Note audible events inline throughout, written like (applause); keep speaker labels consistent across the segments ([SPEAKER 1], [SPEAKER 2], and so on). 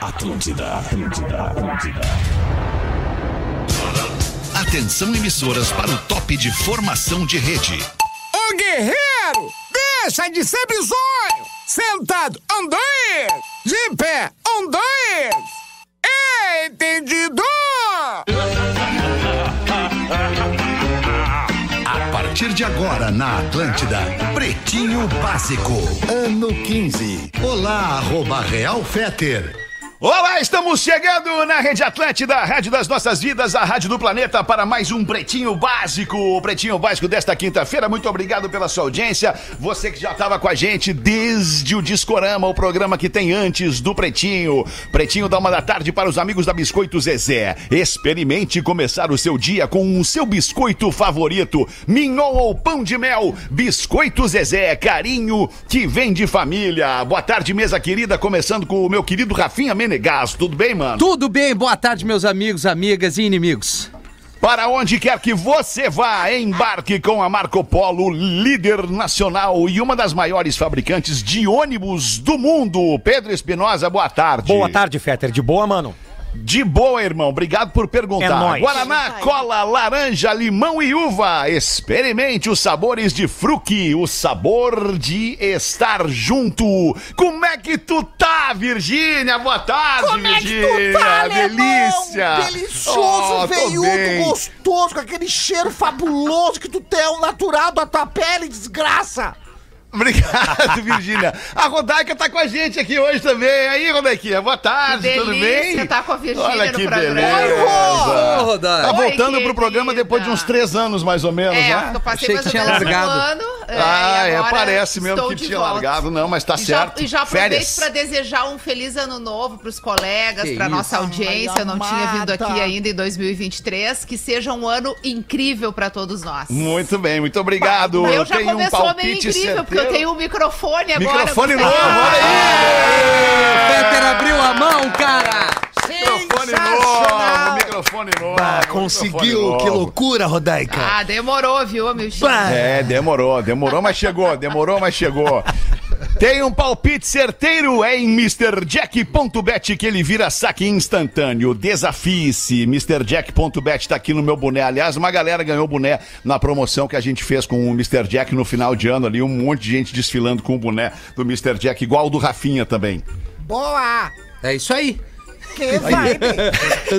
[SPEAKER 1] Atlântida, Atlântida, Atlântida.
[SPEAKER 2] Atenção emissoras para o top de formação de rede.
[SPEAKER 3] Ô guerreiro, deixa de ser bizonho! Sentado, um, dois! De pé, um, dois! Entendido!
[SPEAKER 2] A partir de agora na Atlântida, Pretinho Básico, ano 15. Olá, arroba Real Feter.
[SPEAKER 4] Olá, estamos chegando na Rede Atlântida, a rádio das nossas vidas, a rádio do planeta, para mais um Pretinho Básico. O Pretinho Básico desta quinta-feira. Muito obrigado pela sua audiência. Você que já estava com a gente desde o Discorama, o programa que tem antes do Pretinho. Pretinho da uma da tarde para os amigos da Biscoito Zezé. Experimente começar o seu dia com o seu biscoito favorito. Mignon ou pão de mel, Biscoito Zezé, carinho que vem de família. Boa tarde, mesa querida, começando com o meu querido Rafinha Menegas. Tudo bem, mano?
[SPEAKER 5] Tudo bem, boa tarde, meus amigos, amigas e inimigos.
[SPEAKER 4] Para onde quer que você vá, embarque com a Marco Polo, líder nacional e uma das maiores fabricantes de ônibus do mundo. Pedro Espinosa, boa tarde.
[SPEAKER 6] Boa tarde, Fetter. De boa, mano?
[SPEAKER 4] De boa, irmão. Obrigado por perguntar.
[SPEAKER 6] É nóis.
[SPEAKER 4] Tá, Guaraná, cola, laranja, limão e uva. Experimente os sabores de fruque, o sabor de estar junto. Como é que tu tá, Virgínia? Boa tarde,
[SPEAKER 3] Como é que
[SPEAKER 4] Virgínia.
[SPEAKER 3] tu tá, alemão?
[SPEAKER 4] Delícia.
[SPEAKER 3] Delicioso,
[SPEAKER 4] Oh, tô
[SPEAKER 7] um
[SPEAKER 4] bem.
[SPEAKER 3] veiudo, gostoso, com aquele cheiro fabuloso que tu tem, é um natural da tua pele, desgraça!
[SPEAKER 4] Obrigado, Virgínia. A Rodaica tá com a gente aqui hoje também. Aí, Rodaiquinha, boa tarde,
[SPEAKER 7] Que
[SPEAKER 4] tudo bem?
[SPEAKER 7] delícia tá com a Virgínia
[SPEAKER 4] Olha
[SPEAKER 7] no
[SPEAKER 4] que
[SPEAKER 7] programa.
[SPEAKER 4] beleza.
[SPEAKER 5] Ô, Rodaica.
[SPEAKER 4] Tá
[SPEAKER 7] Oi,
[SPEAKER 4] voltando pro programa
[SPEAKER 7] querida.
[SPEAKER 4] depois de uns três anos, mais ou menos,
[SPEAKER 7] É,
[SPEAKER 4] né?
[SPEAKER 7] eu
[SPEAKER 5] Achei
[SPEAKER 7] passei mais
[SPEAKER 5] que
[SPEAKER 7] ou
[SPEAKER 5] tinha
[SPEAKER 7] menos
[SPEAKER 5] largado.
[SPEAKER 7] um ano. é,
[SPEAKER 4] Ah,
[SPEAKER 7] e
[SPEAKER 4] é,
[SPEAKER 7] agora
[SPEAKER 4] parece mesmo
[SPEAKER 7] estou
[SPEAKER 4] que
[SPEAKER 7] de
[SPEAKER 4] tinha
[SPEAKER 7] volta.
[SPEAKER 4] largado, não, mas tá
[SPEAKER 7] E já,
[SPEAKER 4] certo.
[SPEAKER 7] e já aproveito
[SPEAKER 4] Férias.
[SPEAKER 7] para desejar um feliz ano novo para os colegas,
[SPEAKER 5] Que
[SPEAKER 7] para nossa
[SPEAKER 3] isso.
[SPEAKER 7] audiência.
[SPEAKER 3] Ai,
[SPEAKER 7] eu não tinha vindo
[SPEAKER 3] amada.
[SPEAKER 7] aqui ainda em 2023. Que seja um ano incrível para todos nós.
[SPEAKER 4] Muito bem, muito obrigado.
[SPEAKER 7] Eu já
[SPEAKER 4] tenho um
[SPEAKER 7] começou
[SPEAKER 4] palpite
[SPEAKER 7] meio incrível, porque eu
[SPEAKER 4] certeiro.
[SPEAKER 7] tenho um microfone agora.
[SPEAKER 4] Microfone
[SPEAKER 7] Gustavo.
[SPEAKER 4] novo, olha aí!
[SPEAKER 5] Peter abriu a mão, cara.
[SPEAKER 4] Microfone
[SPEAKER 7] um
[SPEAKER 3] Ah,
[SPEAKER 4] novo, microfone novo. microfone novo.
[SPEAKER 6] Ah, loucura, Rodaica.
[SPEAKER 7] Ah, demorou, viu, Amilton?
[SPEAKER 6] Bah.
[SPEAKER 4] É, demorou, demorou, mas chegou, demorou, mas chegou. Tem um palpite certeiro, é em MrJack.bet que ele vira saque instantâneo. Desafie-se. MrJack.bet tá aqui no meu boné. Aliás, uma galera ganhou boné na promoção que a gente fez com o Mr. Jack no final de ano ali. Um monte de gente desfilando com o boné do Mr. Jack, igual o do Rafinha também.
[SPEAKER 3] Boa!
[SPEAKER 5] É isso aí.
[SPEAKER 3] Que vibe!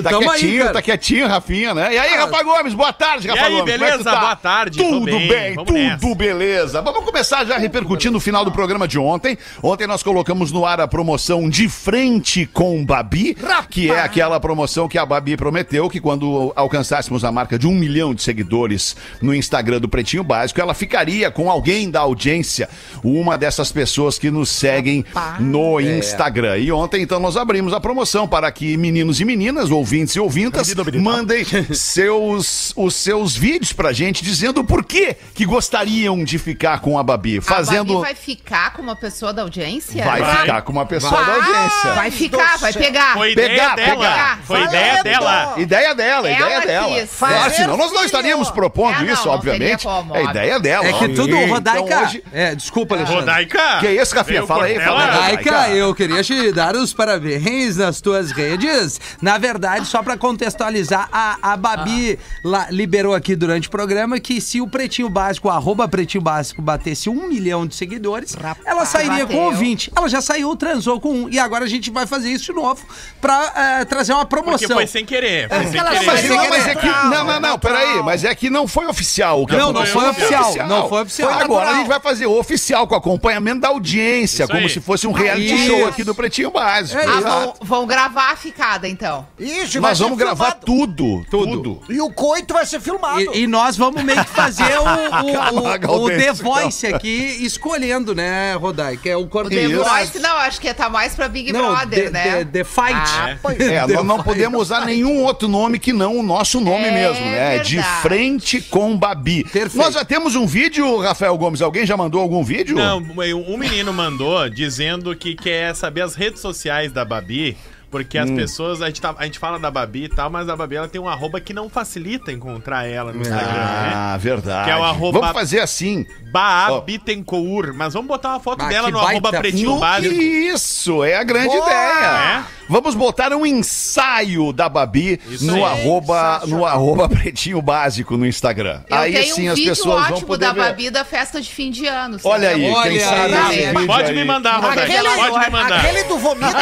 [SPEAKER 4] Tá
[SPEAKER 5] Tamo aí,
[SPEAKER 4] quietinho,
[SPEAKER 5] cara.
[SPEAKER 4] tá quietinho, Rafinha, né? E aí, Rafa Gomes, boa tarde, Rafa
[SPEAKER 8] Ah. aí,
[SPEAKER 4] Gomes. como é que tu
[SPEAKER 8] beleza?
[SPEAKER 4] tá?
[SPEAKER 8] Boa tarde, tô
[SPEAKER 4] Tudo
[SPEAKER 8] bem,
[SPEAKER 4] bem,
[SPEAKER 8] vamos
[SPEAKER 4] tudo
[SPEAKER 8] nessa.
[SPEAKER 4] beleza. Vamos começar já repercutindo o final do programa de ontem. Ontem nós colocamos no ar a promoção De Frente com Babi, que é aquela promoção que a Babi prometeu que quando alcançássemos a marca de um milhão de seguidores no Instagram do Pretinho Básico, ela ficaria com alguém da audiência, uma dessas pessoas que nos seguem no
[SPEAKER 8] É.
[SPEAKER 4] Instagram. E ontem, então, nós abrimos a promoção para que meninos e meninas, ouvintes e ouvintas,
[SPEAKER 8] tá.
[SPEAKER 4] mandem seus, os seus vídeos pra gente dizendo por que que gostariam de ficar com a Babi.
[SPEAKER 7] A
[SPEAKER 4] Fazendo.
[SPEAKER 7] Babi vai ficar com uma pessoa da audiência? Ah,
[SPEAKER 4] vai, ficar com uma pessoa da audiência.
[SPEAKER 7] Vai ficar, vai pegar.
[SPEAKER 8] Foi
[SPEAKER 4] Pegar,
[SPEAKER 8] ideia dela.
[SPEAKER 7] pegar.
[SPEAKER 8] Foi
[SPEAKER 3] Valendo.
[SPEAKER 8] ideia dela.
[SPEAKER 4] Ideia dela,
[SPEAKER 7] Ela
[SPEAKER 4] ideia dela.
[SPEAKER 7] quis.
[SPEAKER 4] Claro,
[SPEAKER 3] Fazer
[SPEAKER 4] senão nós não
[SPEAKER 3] filho.
[SPEAKER 4] estaríamos propondo
[SPEAKER 7] Ah, não,
[SPEAKER 4] isso,
[SPEAKER 7] não
[SPEAKER 4] obviamente.
[SPEAKER 7] teria como,
[SPEAKER 4] é ideia dela.
[SPEAKER 5] É que
[SPEAKER 4] óbvio.
[SPEAKER 5] tudo, Rodaica.
[SPEAKER 4] Então, hoje-
[SPEAKER 5] É, desculpa, Alexandre.
[SPEAKER 8] Rodaica.
[SPEAKER 4] Que é isso, Rafinha?
[SPEAKER 8] veio
[SPEAKER 4] Fala aí,
[SPEAKER 8] por
[SPEAKER 4] fala
[SPEAKER 8] ela.
[SPEAKER 4] aí.
[SPEAKER 5] Rodaica,
[SPEAKER 4] Rodaica.
[SPEAKER 5] eu queria te dar os parabéns nas tuas redes. Na verdade, só pra contextualizar, a, a Babi lá liberou aqui durante o programa que se o Pretinho Básico, o arroba Pretinho Básico, batesse um milhão de seguidores, ela sairia
[SPEAKER 7] bateu.
[SPEAKER 5] com o 20. Ela já saiu, transou com um. E agora a gente vai fazer isso de novo pra eh, trazer uma
[SPEAKER 8] Porque
[SPEAKER 5] promoção.
[SPEAKER 8] foi sem querer. Foi sem
[SPEAKER 7] ela
[SPEAKER 8] querer.
[SPEAKER 4] Mas,
[SPEAKER 5] Sim,
[SPEAKER 4] não,
[SPEAKER 5] é
[SPEAKER 4] mas é que.
[SPEAKER 3] natural,
[SPEAKER 4] Não, não,
[SPEAKER 3] é
[SPEAKER 4] não,
[SPEAKER 3] natural.
[SPEAKER 4] peraí. Mas é que não foi oficial o que
[SPEAKER 5] Não, não
[SPEAKER 4] aconteceu.
[SPEAKER 5] foi oficial, não foi oficial.
[SPEAKER 4] Agora
[SPEAKER 5] Natural.
[SPEAKER 4] a gente vai fazer oficial com acompanhamento da audiência,
[SPEAKER 8] Isso
[SPEAKER 4] como
[SPEAKER 8] aí.
[SPEAKER 4] se fosse um reality
[SPEAKER 5] Isso.
[SPEAKER 4] show aqui do Pretinho Básico.
[SPEAKER 5] É
[SPEAKER 7] Ah,
[SPEAKER 4] exato.
[SPEAKER 7] vão, vão gravar a ficada, então.
[SPEAKER 3] Ixi, vai
[SPEAKER 4] Nós
[SPEAKER 3] ser
[SPEAKER 4] vamos gravar
[SPEAKER 3] filmado.
[SPEAKER 4] tudo, tudo.
[SPEAKER 3] E o coito vai ser filmado.
[SPEAKER 5] E, e nós vamos meio que fazer
[SPEAKER 4] (laughs)
[SPEAKER 5] o, o-
[SPEAKER 4] Calma,
[SPEAKER 5] o- o
[SPEAKER 4] Galdêncio,
[SPEAKER 5] The
[SPEAKER 4] calma.
[SPEAKER 5] Voice aqui, escolhendo, né, Rodaica? É
[SPEAKER 7] O The
[SPEAKER 5] o
[SPEAKER 4] Isso.
[SPEAKER 5] coordenador.
[SPEAKER 7] Voice, não, acho que tá mais pra Big
[SPEAKER 5] Não,
[SPEAKER 7] Brother,
[SPEAKER 5] the,
[SPEAKER 7] né?
[SPEAKER 5] the, the Fight.
[SPEAKER 7] Ah,
[SPEAKER 3] pois
[SPEAKER 4] É, nós não podemos usar nenhum outro nome que não o nosso nome
[SPEAKER 7] É
[SPEAKER 4] mesmo, né?
[SPEAKER 7] verdade.
[SPEAKER 4] De frente com Babi.
[SPEAKER 5] Perfeito.
[SPEAKER 4] Nós já temos um vídeo, Rafael Gomes. Alguém já mandou algum vídeo?
[SPEAKER 8] Não, um menino mandou dizendo que quer saber as redes sociais da Babi. Porque
[SPEAKER 4] Hum.
[SPEAKER 8] as pessoas, a gente, tá- a gente fala da Babi e tal, mas a Babi ela tem um arroba que não facilita encontrar ela no Instagram, né?
[SPEAKER 4] Ah, verdade.
[SPEAKER 8] Que é o arroba-
[SPEAKER 4] Vamos fazer assim.
[SPEAKER 8] Baabitencour. Mas vamos botar uma foto
[SPEAKER 5] Ah,
[SPEAKER 8] dela
[SPEAKER 5] que
[SPEAKER 8] no arroba
[SPEAKER 5] baita
[SPEAKER 8] pretinho
[SPEAKER 4] No-
[SPEAKER 8] básico.
[SPEAKER 4] Isso, é a grande
[SPEAKER 3] Boa!
[SPEAKER 4] ideia.
[SPEAKER 8] É?
[SPEAKER 4] Vamos botar um ensaio da Babi
[SPEAKER 8] Isso
[SPEAKER 4] no
[SPEAKER 8] aí.
[SPEAKER 4] arroba, no arroba (laughs) Pretinho Básico no Instagram.
[SPEAKER 7] Eu
[SPEAKER 4] aí
[SPEAKER 7] tenho
[SPEAKER 4] sim
[SPEAKER 7] um
[SPEAKER 4] as
[SPEAKER 7] vídeo
[SPEAKER 4] pessoas vão
[SPEAKER 7] ótimo
[SPEAKER 4] poder
[SPEAKER 7] da
[SPEAKER 4] ver.
[SPEAKER 7] Babi da festa de fim de ano. se
[SPEAKER 4] Olha
[SPEAKER 7] quiser
[SPEAKER 4] aí,
[SPEAKER 5] Olha
[SPEAKER 4] quem sabe
[SPEAKER 5] aí.
[SPEAKER 4] esse vídeo
[SPEAKER 8] Tá Pode
[SPEAKER 4] aí.
[SPEAKER 8] me mandar, Rodaica.
[SPEAKER 3] Aquele-
[SPEAKER 8] Pode me mandar.
[SPEAKER 3] Aquele do vomito.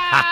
[SPEAKER 9] Ah,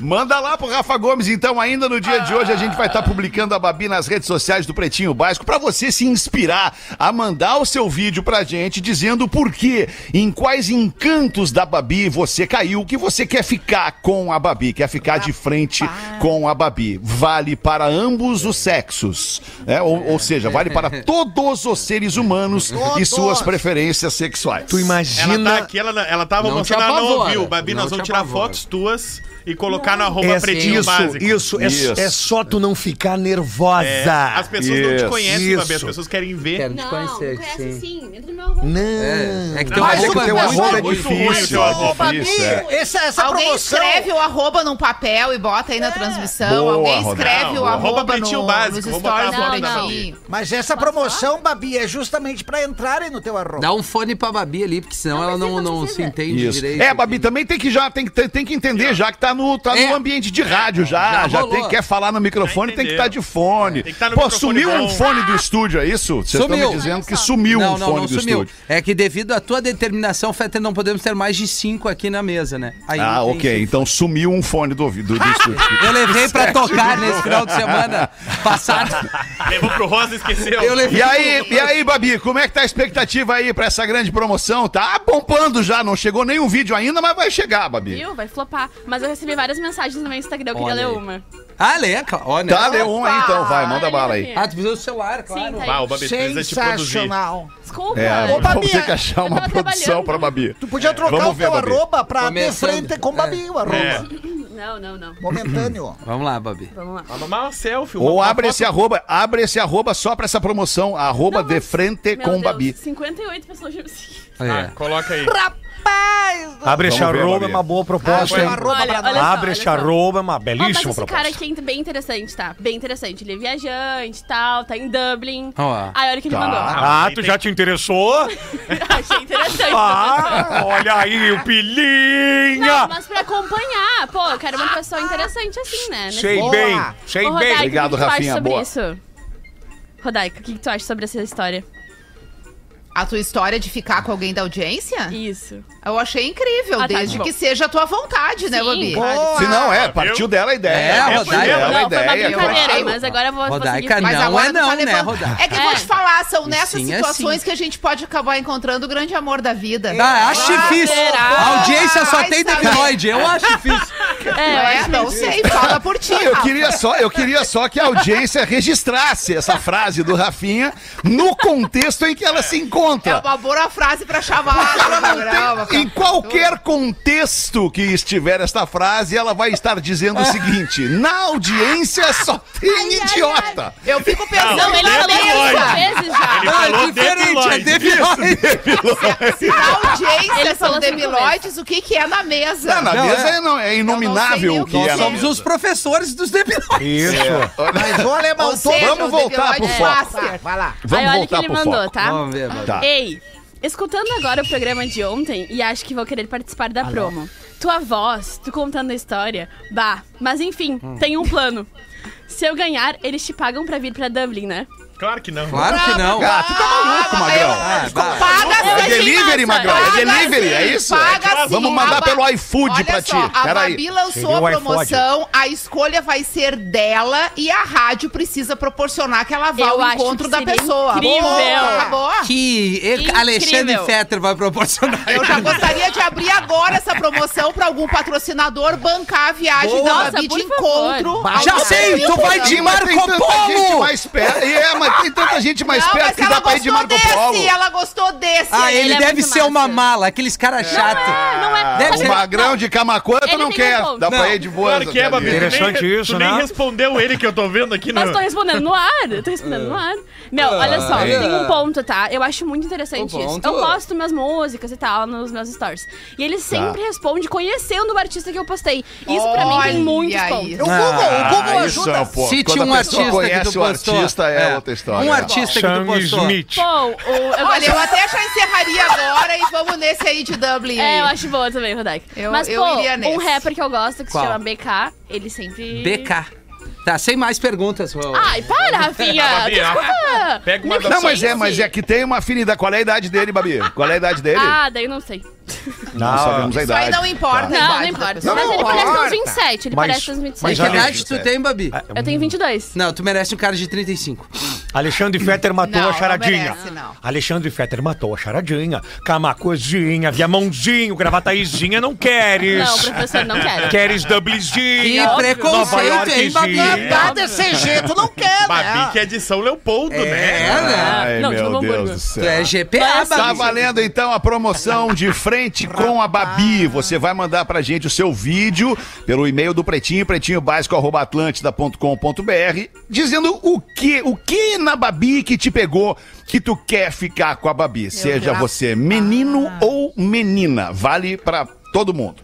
[SPEAKER 4] Manda lá pro Rafa Gomes, então, ainda no dia de hoje, a gente vai estar publicando a Babi nas redes sociais do Pretinho Básico pra você se inspirar a mandar o seu vídeo pra gente dizendo por quê, em quais encantos da Babi você caiu, que você quer ficar com a Babi, quer ficar de frente com a Babi. Vale para ambos os sexos, né? ou, ou seja, vale para todos os seres humanos e suas preferências sexuais.
[SPEAKER 9] Tu
[SPEAKER 8] Ela
[SPEAKER 9] imagina.
[SPEAKER 8] tá aqui, ela, ela tava
[SPEAKER 5] Não
[SPEAKER 8] mostrando,
[SPEAKER 5] te
[SPEAKER 8] ela não
[SPEAKER 5] apavora.
[SPEAKER 8] ouviu. Babi,
[SPEAKER 5] Não
[SPEAKER 8] nós vamos
[SPEAKER 5] te
[SPEAKER 8] tirar
[SPEAKER 5] apavora.
[SPEAKER 8] fotos tuas e colocar no arroba
[SPEAKER 9] Essa-
[SPEAKER 8] pretinho
[SPEAKER 9] isso,
[SPEAKER 8] básico.
[SPEAKER 9] isso, é,
[SPEAKER 4] Isso.
[SPEAKER 9] é só tu não ficar nervosa.
[SPEAKER 8] É, as pessoas não te
[SPEAKER 4] Isso.
[SPEAKER 8] conhecem, Babi, as
[SPEAKER 9] Isso.
[SPEAKER 8] pessoas querem ver.
[SPEAKER 5] Quero te
[SPEAKER 10] Não,
[SPEAKER 5] conhecer,
[SPEAKER 10] conhece
[SPEAKER 5] sim.
[SPEAKER 10] sim. Entra no meu arroba.
[SPEAKER 9] Não.
[SPEAKER 5] É, é que
[SPEAKER 8] Não,
[SPEAKER 5] teu
[SPEAKER 8] mas é
[SPEAKER 5] arroba
[SPEAKER 9] que
[SPEAKER 5] é
[SPEAKER 9] teu
[SPEAKER 5] muito
[SPEAKER 9] arroba é
[SPEAKER 5] difícil.
[SPEAKER 8] Muito ruim o teu arroba.
[SPEAKER 4] Isso, é.
[SPEAKER 3] Essa, essa
[SPEAKER 7] Alguém
[SPEAKER 3] promoção.
[SPEAKER 7] escreve o arroba num papel e bota aí na transmissão.
[SPEAKER 4] Boa,
[SPEAKER 7] Alguém
[SPEAKER 4] Rodaica.
[SPEAKER 7] escreve
[SPEAKER 8] Não,
[SPEAKER 7] o
[SPEAKER 8] o arroba
[SPEAKER 7] arroba
[SPEAKER 8] pretinho
[SPEAKER 7] no,
[SPEAKER 8] básico,
[SPEAKER 7] nos
[SPEAKER 8] vou botar
[SPEAKER 7] stories
[SPEAKER 10] a
[SPEAKER 7] do
[SPEAKER 10] foto da
[SPEAKER 7] Pretinho.
[SPEAKER 3] Mas essa promoção, Babi, é justamente pra entrarem no teu arroba.
[SPEAKER 5] Dá um fone pra Babi ali, porque senão
[SPEAKER 10] Não,
[SPEAKER 5] ela
[SPEAKER 10] mas
[SPEAKER 5] não,
[SPEAKER 10] ele não
[SPEAKER 5] não se
[SPEAKER 10] precisa.
[SPEAKER 5] entende
[SPEAKER 4] Isso.
[SPEAKER 5] direito.
[SPEAKER 4] É, Babi, também tem que já tem que, tem que entender já que tá no tá
[SPEAKER 5] É.
[SPEAKER 4] no ambiente de rádio já,
[SPEAKER 5] Já
[SPEAKER 4] já,
[SPEAKER 5] rolou.
[SPEAKER 4] tem quer falar no microfone,
[SPEAKER 8] Já
[SPEAKER 4] tem que
[SPEAKER 8] entendeu.
[SPEAKER 4] estar de fone.
[SPEAKER 8] Tem que tá no
[SPEAKER 4] Pô,
[SPEAKER 8] microfone
[SPEAKER 4] sumiu um
[SPEAKER 8] bom.
[SPEAKER 4] fone do estúdio, é isso? Vocês estão me
[SPEAKER 5] Sumiu.
[SPEAKER 4] dizendo que sumiu
[SPEAKER 5] não,
[SPEAKER 4] um
[SPEAKER 5] não,
[SPEAKER 4] fone
[SPEAKER 5] não
[SPEAKER 4] do
[SPEAKER 5] sumiu.
[SPEAKER 4] estúdio.
[SPEAKER 5] É que devido à tua determinação, Fetter, não podemos ter mais de cinco aqui na mesa, né? Aí Ah.
[SPEAKER 4] Ah,
[SPEAKER 5] tem
[SPEAKER 4] ok. Então sumiu um fone do ouvido do estúdio.
[SPEAKER 5] Eu levei
[SPEAKER 4] é
[SPEAKER 5] pra tocar nesse final de semana
[SPEAKER 4] (laughs)
[SPEAKER 5] passado.
[SPEAKER 8] Levou pro Rosa e esqueceu.
[SPEAKER 5] Eu levei.
[SPEAKER 4] E aí, e aí, Babi, como é que tá a expectativa aí pra essa grande promoção? Tá bombando já, não chegou nenhum vídeo ainda, mas vai chegar, Babi.
[SPEAKER 10] Viu? Vai flopar. Mas eu recebi várias mensagens no meu Instagram, eu queria
[SPEAKER 5] Olha
[SPEAKER 10] ler
[SPEAKER 5] aí.
[SPEAKER 10] uma.
[SPEAKER 5] Ah, lê, claro. Ó, né?
[SPEAKER 4] Tá, lê um aí então, vai, manda
[SPEAKER 10] Olha
[SPEAKER 4] bala aí.
[SPEAKER 10] aqui.
[SPEAKER 5] Ah, tu precisa do celular, claro.
[SPEAKER 10] Sim, tá aí.
[SPEAKER 8] Bah, o Babi precisa te produzir.
[SPEAKER 3] Sensacional.
[SPEAKER 10] Desculpa.
[SPEAKER 4] É,
[SPEAKER 10] Ô,
[SPEAKER 3] Babi,
[SPEAKER 4] vamos ter que achar
[SPEAKER 10] eu
[SPEAKER 4] uma
[SPEAKER 10] tava
[SPEAKER 4] produção
[SPEAKER 10] trabalhando.
[SPEAKER 4] pra Babi.
[SPEAKER 3] Tu podia trocar
[SPEAKER 4] Vamos
[SPEAKER 3] o
[SPEAKER 4] ver,
[SPEAKER 3] teu
[SPEAKER 4] Babi.
[SPEAKER 3] arroba pra
[SPEAKER 5] Começando.
[SPEAKER 3] de frente com Babi, o arroba.
[SPEAKER 8] É.
[SPEAKER 10] Não, não, não.
[SPEAKER 3] Momentâneo.
[SPEAKER 5] Vamos lá, Babi.
[SPEAKER 10] Vamos lá.
[SPEAKER 8] Vamos Tomar uma selfie. uma-
[SPEAKER 4] Ou
[SPEAKER 8] uma
[SPEAKER 4] abre
[SPEAKER 8] foto
[SPEAKER 4] esse arroba, abre esse arroba só pra essa promoção, arroba
[SPEAKER 10] Não,
[SPEAKER 4] de
[SPEAKER 10] mas-
[SPEAKER 4] frente
[SPEAKER 10] Meu
[SPEAKER 4] com
[SPEAKER 10] Deus,
[SPEAKER 4] Babi.
[SPEAKER 10] 58 pessoas já me seguiram.
[SPEAKER 8] Ah,
[SPEAKER 5] É.
[SPEAKER 8] coloca aí.
[SPEAKER 9] Abre esse
[SPEAKER 4] Vamos ver,
[SPEAKER 9] arroba, é
[SPEAKER 4] Babi.
[SPEAKER 9] uma boa proposta.
[SPEAKER 3] Abre
[SPEAKER 9] hein?
[SPEAKER 3] o arroba
[SPEAKER 10] Olha,
[SPEAKER 3] pra
[SPEAKER 10] olha
[SPEAKER 3] nós.
[SPEAKER 10] só,
[SPEAKER 9] Abre esse
[SPEAKER 10] só.
[SPEAKER 9] arroba, é uma
[SPEAKER 10] Ó, mas
[SPEAKER 9] belíssima
[SPEAKER 10] esse cara
[SPEAKER 9] proposta.
[SPEAKER 10] aqui é bem interessante, tá? Bem interessante. Ele é viajante e tal, tá em Dublin.
[SPEAKER 5] Ó.
[SPEAKER 10] Aí olha o que ele
[SPEAKER 4] Tá.
[SPEAKER 10] mandou.
[SPEAKER 9] Ah, tu já te interessou?
[SPEAKER 10] (laughs) Achei interessante.
[SPEAKER 9] Ah, olha aí o pilinha!
[SPEAKER 10] Não, mas pra acompanhar, pô, eu quero uma pessoa interessante assim, né? Nesse-
[SPEAKER 9] Sei
[SPEAKER 3] Boa.
[SPEAKER 9] bem, sei
[SPEAKER 10] Ô,
[SPEAKER 9] bem.
[SPEAKER 10] Rodaica,
[SPEAKER 4] Obrigado,
[SPEAKER 10] o que que tu
[SPEAKER 4] Rafinha,
[SPEAKER 10] acha sobre
[SPEAKER 4] boa.
[SPEAKER 10] isso? Rodaica, o que, que tu acha sobre essa história?
[SPEAKER 7] A tua história de ficar com alguém da
[SPEAKER 4] Ah.
[SPEAKER 7] audiência?
[SPEAKER 10] Isso.
[SPEAKER 7] Eu achei incrível,
[SPEAKER 10] Ah, tá,
[SPEAKER 7] desde
[SPEAKER 10] bom.
[SPEAKER 7] que seja a tua vontade, né,
[SPEAKER 10] Sim,
[SPEAKER 7] Babi?
[SPEAKER 10] claro.
[SPEAKER 4] Se não, é, partiu dela a ideia.
[SPEAKER 5] É,
[SPEAKER 4] Partiu
[SPEAKER 5] Rodaica.
[SPEAKER 4] dela a
[SPEAKER 10] não, foi uma
[SPEAKER 4] ideia,
[SPEAKER 10] brincadeira,
[SPEAKER 4] claro.
[SPEAKER 10] mas agora eu vou, vou seguir.
[SPEAKER 5] Rodaica, não é não, né, Rodaica?
[SPEAKER 7] É que eu vou
[SPEAKER 10] É.
[SPEAKER 7] te falar, são nessas
[SPEAKER 5] sim é
[SPEAKER 7] situações
[SPEAKER 5] sim.
[SPEAKER 7] que a gente pode acabar encontrando o grande amor da vida.
[SPEAKER 5] Tá, acho difícil.
[SPEAKER 10] será?
[SPEAKER 5] A audiência só
[SPEAKER 7] Vai
[SPEAKER 5] tem
[SPEAKER 7] saber.
[SPEAKER 5] debiloide. Eu acho difícil.
[SPEAKER 10] É, eu
[SPEAKER 7] É,
[SPEAKER 10] acho
[SPEAKER 7] não
[SPEAKER 10] que-
[SPEAKER 7] sei, fala por ti.
[SPEAKER 4] Não, eu
[SPEAKER 7] Rafa.
[SPEAKER 4] queria, só, eu queria só que a audiência registrasse essa frase do Rafinha no um contexto em que ela se
[SPEAKER 7] É
[SPEAKER 4] encontra.
[SPEAKER 7] uma boa frase pra chamar
[SPEAKER 4] Ela
[SPEAKER 7] no
[SPEAKER 4] não
[SPEAKER 7] programa,
[SPEAKER 4] tem- em
[SPEAKER 7] cara.
[SPEAKER 4] qualquer contexto que estiver esta frase, ela vai estar dizendo o seguinte: na audiência só tem idiota.
[SPEAKER 7] Eu fico pensando
[SPEAKER 10] Não,
[SPEAKER 4] é
[SPEAKER 10] ele
[SPEAKER 7] na
[SPEAKER 10] falou
[SPEAKER 7] mesa.
[SPEAKER 10] duas vezes já.
[SPEAKER 8] Ele
[SPEAKER 5] Não,
[SPEAKER 8] falou
[SPEAKER 5] é diferente. É
[SPEAKER 8] debiloide.
[SPEAKER 5] debiloide.
[SPEAKER 7] Se na audiência
[SPEAKER 10] Ele
[SPEAKER 7] são
[SPEAKER 10] falou cinco
[SPEAKER 7] debiloides, o que que é na mesa?
[SPEAKER 4] Não, na
[SPEAKER 5] Não,
[SPEAKER 4] mesa
[SPEAKER 5] é.
[SPEAKER 4] é, não, é inominável
[SPEAKER 7] nem
[SPEAKER 4] o
[SPEAKER 7] o
[SPEAKER 4] que
[SPEAKER 7] que
[SPEAKER 4] é.
[SPEAKER 5] Nós
[SPEAKER 4] na
[SPEAKER 5] somos
[SPEAKER 4] mesa.
[SPEAKER 5] os professores dos debiloides.
[SPEAKER 9] Isso.
[SPEAKER 3] Mas o alemão
[SPEAKER 7] Ou
[SPEAKER 3] todo.
[SPEAKER 7] seja,
[SPEAKER 4] vamos
[SPEAKER 7] o
[SPEAKER 4] voltar pro
[SPEAKER 7] debiloide
[SPEAKER 4] foco.
[SPEAKER 7] master.
[SPEAKER 3] Vai lá.
[SPEAKER 10] Aí
[SPEAKER 4] Vamos
[SPEAKER 10] olha o que
[SPEAKER 4] voltar
[SPEAKER 10] ele
[SPEAKER 4] pro
[SPEAKER 10] mandou,
[SPEAKER 4] foco.
[SPEAKER 10] tá?
[SPEAKER 5] Vamos ver, Babi.
[SPEAKER 4] Tá.
[SPEAKER 10] Ei, escutando agora o programa de ontem e acho que vou querer participar da promo. Tua voz, tu contando a história, bah, mas enfim, tem um plano. Se eu ganhar, eles te pagam pra vir pra Dublin, né?
[SPEAKER 8] Claro que não.
[SPEAKER 5] Claro que não.
[SPEAKER 4] Ah, tu tá maluco, Magrão.
[SPEAKER 5] Ah, vai.
[SPEAKER 7] Paga
[SPEAKER 10] É
[SPEAKER 7] sim.
[SPEAKER 4] delivery,
[SPEAKER 10] massa.
[SPEAKER 4] Magrão. É
[SPEAKER 7] Paga
[SPEAKER 4] delivery,
[SPEAKER 7] sim,
[SPEAKER 4] é isso?
[SPEAKER 7] paga
[SPEAKER 4] É que-
[SPEAKER 7] sim.
[SPEAKER 4] Vamos mandar
[SPEAKER 7] A Ba-
[SPEAKER 4] pelo iFood
[SPEAKER 7] Olha
[SPEAKER 4] pra ti.
[SPEAKER 7] só, A
[SPEAKER 4] Peraí.
[SPEAKER 7] Babi lançou
[SPEAKER 9] Seria o
[SPEAKER 7] a
[SPEAKER 9] iFood.
[SPEAKER 7] promoção, a escolha vai ser dela e a rádio precisa proporcionar que ela vá
[SPEAKER 10] Eu
[SPEAKER 7] ao
[SPEAKER 10] acho
[SPEAKER 7] encontro
[SPEAKER 10] que
[SPEAKER 7] da
[SPEAKER 10] seria
[SPEAKER 7] pessoa.
[SPEAKER 10] incrível.
[SPEAKER 7] Boa, boa.
[SPEAKER 5] Que e- Alexandre
[SPEAKER 10] Incrível.
[SPEAKER 5] Fetter vai proporcionar.
[SPEAKER 7] Eu já gostaria de abrir agora essa promoção pra algum patrocinador bancar a viagem
[SPEAKER 5] Boa.
[SPEAKER 7] da
[SPEAKER 10] Nossa,
[SPEAKER 7] Babi
[SPEAKER 10] por
[SPEAKER 7] de
[SPEAKER 10] favor.
[SPEAKER 7] encontro. ao
[SPEAKER 5] Já
[SPEAKER 7] Brasil.
[SPEAKER 5] sei, tu vai de
[SPEAKER 4] Sim, mas tem
[SPEAKER 5] Marco
[SPEAKER 4] tanta gente
[SPEAKER 5] Polo.
[SPEAKER 4] mais perto. É, mas tem tanta gente mais
[SPEAKER 7] Não,
[SPEAKER 4] perto
[SPEAKER 7] mas
[SPEAKER 4] que dá
[SPEAKER 7] ela
[SPEAKER 4] pra ir de
[SPEAKER 7] gostou
[SPEAKER 4] Marco Polo.
[SPEAKER 7] desse, ela gostou desse.
[SPEAKER 5] Ah,
[SPEAKER 10] ele
[SPEAKER 5] ele,
[SPEAKER 10] é
[SPEAKER 5] deve
[SPEAKER 10] muito
[SPEAKER 5] ser uma
[SPEAKER 10] massa.
[SPEAKER 5] mala, aqueles caras chatos.
[SPEAKER 10] Ah, não
[SPEAKER 5] Deve
[SPEAKER 10] é. Sabe-
[SPEAKER 4] O
[SPEAKER 5] ser-
[SPEAKER 4] magrão de Camacuã tu
[SPEAKER 10] Ele
[SPEAKER 4] não
[SPEAKER 10] tem
[SPEAKER 4] quer.
[SPEAKER 10] razão.
[SPEAKER 4] Dá pra
[SPEAKER 5] Não.
[SPEAKER 4] ir de boa.
[SPEAKER 8] Claro que é, Babi. Tu nem-
[SPEAKER 9] Interessante isso,
[SPEAKER 8] Tu nem
[SPEAKER 9] né?
[SPEAKER 8] respondeu ele que eu tô vendo aqui na...
[SPEAKER 10] Mas tô respondendo no ar, eu tô respondendo no ar. Meu, olha só,
[SPEAKER 5] é.
[SPEAKER 10] tem um ponto, tá? Eu acho muito interessante
[SPEAKER 5] Um
[SPEAKER 10] isso.
[SPEAKER 5] ponto.
[SPEAKER 10] Eu posto minhas músicas e tal nos meus stories. E eles sempre responde conhecendo o artista que eu postei. Isso pra mim tem
[SPEAKER 7] Olha
[SPEAKER 10] muitos
[SPEAKER 7] aí.
[SPEAKER 10] pontos.
[SPEAKER 3] O Google, o Google
[SPEAKER 2] Ah, isso
[SPEAKER 3] ajuda.
[SPEAKER 2] é, pô.
[SPEAKER 5] Cite
[SPEAKER 2] Quando
[SPEAKER 5] um
[SPEAKER 2] a pessoa
[SPEAKER 5] artista que
[SPEAKER 2] conhece
[SPEAKER 5] tu
[SPEAKER 2] o
[SPEAKER 5] postou.
[SPEAKER 2] artista, é,
[SPEAKER 5] É.
[SPEAKER 2] outra história.
[SPEAKER 5] Um artista que tu
[SPEAKER 4] Sam
[SPEAKER 5] postou.
[SPEAKER 4] Smith.
[SPEAKER 10] Pô, o-
[SPEAKER 7] Olha,
[SPEAKER 10] eu gosto-
[SPEAKER 7] eu até já encerraria agora e vamos nesse aí de Dublin.
[SPEAKER 10] É, eu acho boa também, Rodaica.
[SPEAKER 7] Eu-
[SPEAKER 10] Mas, pô,
[SPEAKER 7] eu iria nesse.
[SPEAKER 10] um rapper que eu gosto, que
[SPEAKER 5] Qual?
[SPEAKER 10] se chama BK, ele sempre...
[SPEAKER 5] BK. Tá, sem mais perguntas. ô.
[SPEAKER 10] Ai, para, Rafinha!
[SPEAKER 4] Ah, Babi,
[SPEAKER 10] Desculpa.
[SPEAKER 4] pega uma da-
[SPEAKER 2] Não, mas é, mas é que tem uma afinidade. Qual é a idade dele, (laughs) Babi? Qual é a idade dele?
[SPEAKER 10] Ah, daí eu não sei.
[SPEAKER 2] não, sabemos a Tá.
[SPEAKER 7] Isso aí não importa.
[SPEAKER 10] Não, não
[SPEAKER 7] embaixo.
[SPEAKER 10] importa.
[SPEAKER 2] Não,
[SPEAKER 10] mas ele
[SPEAKER 2] não
[SPEAKER 10] parece uns
[SPEAKER 2] importa.
[SPEAKER 10] 27, ele
[SPEAKER 9] Mas-
[SPEAKER 10] parece uns 27.
[SPEAKER 9] mas
[SPEAKER 5] que
[SPEAKER 9] já
[SPEAKER 5] idade tu
[SPEAKER 2] Sério.
[SPEAKER 5] tem, Babi?
[SPEAKER 10] Eu tenho 22.
[SPEAKER 5] Não, tu merece um cara de 35.
[SPEAKER 9] Alexandre Fetter matou
[SPEAKER 7] Não,
[SPEAKER 9] a charadinha.
[SPEAKER 7] não merece, não.
[SPEAKER 9] Alexandre Fetter matou a charadinha. Camacozinha, Viamãozinho, gravataízinha, não queres.
[SPEAKER 10] Não, professor, não quero.
[SPEAKER 9] Queres
[SPEAKER 5] Que
[SPEAKER 9] Dublizinha. Nova
[SPEAKER 5] preconceito, hein, Babi?
[SPEAKER 9] Yorkzinha.
[SPEAKER 3] Tá desse jeito, não quer,
[SPEAKER 8] Babi que
[SPEAKER 3] né?
[SPEAKER 8] é de São Leopoldo,
[SPEAKER 5] É,
[SPEAKER 8] né?
[SPEAKER 5] né?
[SPEAKER 2] Ai,
[SPEAKER 10] Não, de
[SPEAKER 2] meu
[SPEAKER 10] Novo
[SPEAKER 2] Deus
[SPEAKER 10] Hamburgo.
[SPEAKER 2] do
[SPEAKER 5] Tu é
[SPEAKER 2] céu.
[SPEAKER 5] GPA,
[SPEAKER 2] Tá
[SPEAKER 5] Babi.
[SPEAKER 2] valendo então a promoção de frente com a Babi. Você vai mandar pra gente o seu vídeo pelo e-mail do Pretinho, pretinhobásico.atlântida.com.br, dizendo o que, o que na Babi que te pegou que tu quer ficar com a Babi. Seja
[SPEAKER 7] Deus.
[SPEAKER 2] você menino ou menina. Vale pra todo mundo.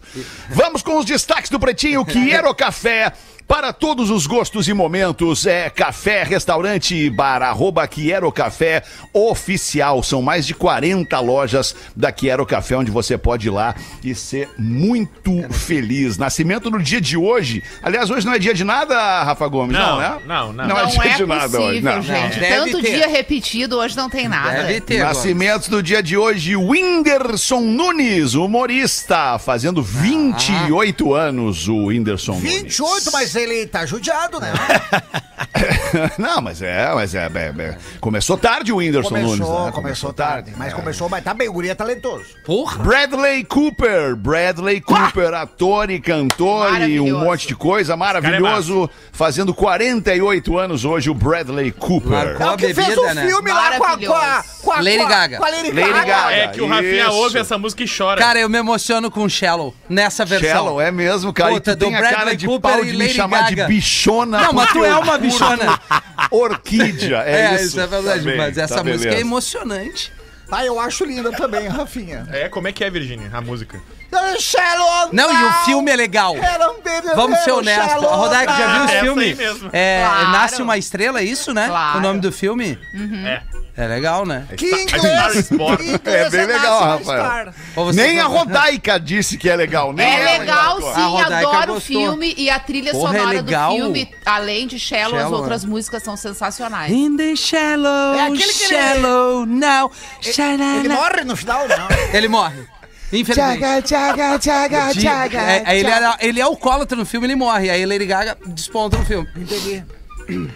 [SPEAKER 2] Vamos com os destaques do Pretinho, que era o café. Para todos os gostos e momentos, é café, restaurante e bar, arroba Quiero Café oficial. São mais de 40 lojas da Quiero Café, onde você pode ir lá e ser muito feliz. Nascimento no dia de hoje. Aliás, hoje não é dia de nada, Rafa Gomes, não,
[SPEAKER 8] Não,
[SPEAKER 2] né?
[SPEAKER 8] não, não.
[SPEAKER 2] Não é
[SPEAKER 7] Não
[SPEAKER 2] dia
[SPEAKER 7] é
[SPEAKER 2] de nada hoje.
[SPEAKER 7] possível,
[SPEAKER 2] Não.
[SPEAKER 7] gente.
[SPEAKER 5] Deve
[SPEAKER 7] Tanto
[SPEAKER 5] ter.
[SPEAKER 7] dia repetido, hoje não tem nada.
[SPEAKER 5] Deve ter. agora.
[SPEAKER 2] Nascimentos do dia de hoje, Whindersson Nunes, humorista, fazendo
[SPEAKER 7] Ah.
[SPEAKER 2] 28 anos o Whindersson
[SPEAKER 3] 28,
[SPEAKER 2] Nunes.
[SPEAKER 3] mas ele tá judiado,
[SPEAKER 9] É.
[SPEAKER 3] né?
[SPEAKER 2] (laughs) Não, mas é, mas é, é, é. Começou tarde o Whindersson
[SPEAKER 3] Começou,
[SPEAKER 2] Nunes, né?
[SPEAKER 3] começou, tarde. Mas começou, mas tá bem, o guri é talentoso.
[SPEAKER 5] Porra.
[SPEAKER 2] Bradley Cooper, Bradley
[SPEAKER 5] Ah!
[SPEAKER 2] Cooper, ator e cantor e um
[SPEAKER 7] Maravilhoso.
[SPEAKER 2] monte de coisa, maravilhoso, fazendo 48 anos hoje o Bradley Cooper.
[SPEAKER 5] Marcou.
[SPEAKER 3] É o que fez o
[SPEAKER 5] bebida, né?
[SPEAKER 3] filme lá com a, com a, com a-
[SPEAKER 5] Lady
[SPEAKER 3] com a-
[SPEAKER 5] Gaga.
[SPEAKER 3] Com a Lady,
[SPEAKER 2] Lady
[SPEAKER 3] Gaga.
[SPEAKER 2] Gaga.
[SPEAKER 8] É que o Rafinha
[SPEAKER 2] Isso.
[SPEAKER 8] ouve essa música e chora.
[SPEAKER 5] Cara, eu me emociono com o Shallow nessa versão.
[SPEAKER 2] Shallow, é mesmo, cara.
[SPEAKER 5] Puta,
[SPEAKER 2] e tu tem
[SPEAKER 5] do
[SPEAKER 2] a
[SPEAKER 5] Bradley
[SPEAKER 2] cara de
[SPEAKER 5] Cooper
[SPEAKER 2] pau
[SPEAKER 5] e
[SPEAKER 2] de me
[SPEAKER 5] Lady
[SPEAKER 2] chamar
[SPEAKER 5] Gaga.
[SPEAKER 2] de bichona.
[SPEAKER 5] Não, mas
[SPEAKER 2] porque
[SPEAKER 5] tu é
[SPEAKER 2] eu
[SPEAKER 5] uma
[SPEAKER 2] curto
[SPEAKER 5] bichona.
[SPEAKER 2] Orquídea, (laughs) é,
[SPEAKER 5] (laughs) É,
[SPEAKER 2] isso.
[SPEAKER 5] isso é verdade.
[SPEAKER 2] Tá bem,
[SPEAKER 5] mas
[SPEAKER 2] tá
[SPEAKER 5] essa música é
[SPEAKER 2] beleza.
[SPEAKER 5] emocionante.
[SPEAKER 3] Ah, eu acho linda também, Rafinha.
[SPEAKER 8] É, como é que é, Virginia, a música?
[SPEAKER 3] Shallow
[SPEAKER 5] Não, e o
[SPEAKER 3] Now.
[SPEAKER 5] filme é legal.
[SPEAKER 3] Era um bebê,
[SPEAKER 5] Vamos ser
[SPEAKER 3] era um
[SPEAKER 5] honestos.
[SPEAKER 3] Shallow
[SPEAKER 5] Rodaica, já viu
[SPEAKER 3] Now.
[SPEAKER 5] os
[SPEAKER 8] essa aí
[SPEAKER 5] filmes?
[SPEAKER 8] mesmo.
[SPEAKER 5] É,
[SPEAKER 7] Claro.
[SPEAKER 5] Nasce uma Estrela, é isso, né?
[SPEAKER 7] Claro.
[SPEAKER 5] O nome do filme?
[SPEAKER 3] Uhum.
[SPEAKER 8] É.
[SPEAKER 5] É legal, né?
[SPEAKER 3] Que
[SPEAKER 8] Star
[SPEAKER 3] inglês.
[SPEAKER 8] is Born.
[SPEAKER 3] que inglês
[SPEAKER 2] É bem
[SPEAKER 3] nasce
[SPEAKER 2] legal,
[SPEAKER 3] uma
[SPEAKER 2] Rafael.
[SPEAKER 3] star.
[SPEAKER 5] Ou você- né?
[SPEAKER 2] Nem a Rodaica disse que é legal. Nem ela,
[SPEAKER 7] É
[SPEAKER 2] nem
[SPEAKER 7] legal,
[SPEAKER 2] ela.
[SPEAKER 5] A
[SPEAKER 7] sim,
[SPEAKER 5] Rodaica
[SPEAKER 7] adoro
[SPEAKER 5] gostou.
[SPEAKER 7] o filme e a trilha
[SPEAKER 5] Porra, é
[SPEAKER 7] sonora
[SPEAKER 5] legal.
[SPEAKER 7] do filme, além de Shallow, as
[SPEAKER 5] Shallow, é.
[SPEAKER 7] outras músicas são sensacionais.
[SPEAKER 5] In the shallow,
[SPEAKER 3] É aquele que ele- é.
[SPEAKER 5] shallow now. shalala.
[SPEAKER 3] Ele morre no final, não.
[SPEAKER 5] Ele morre. Infelizmente.
[SPEAKER 9] Tchaga, tchaga, tchaga,
[SPEAKER 5] De- é- é- ele, era, ele é alcoólatra no filme, ele morre. Aí Lady Gaga desponta no filme. Entendi.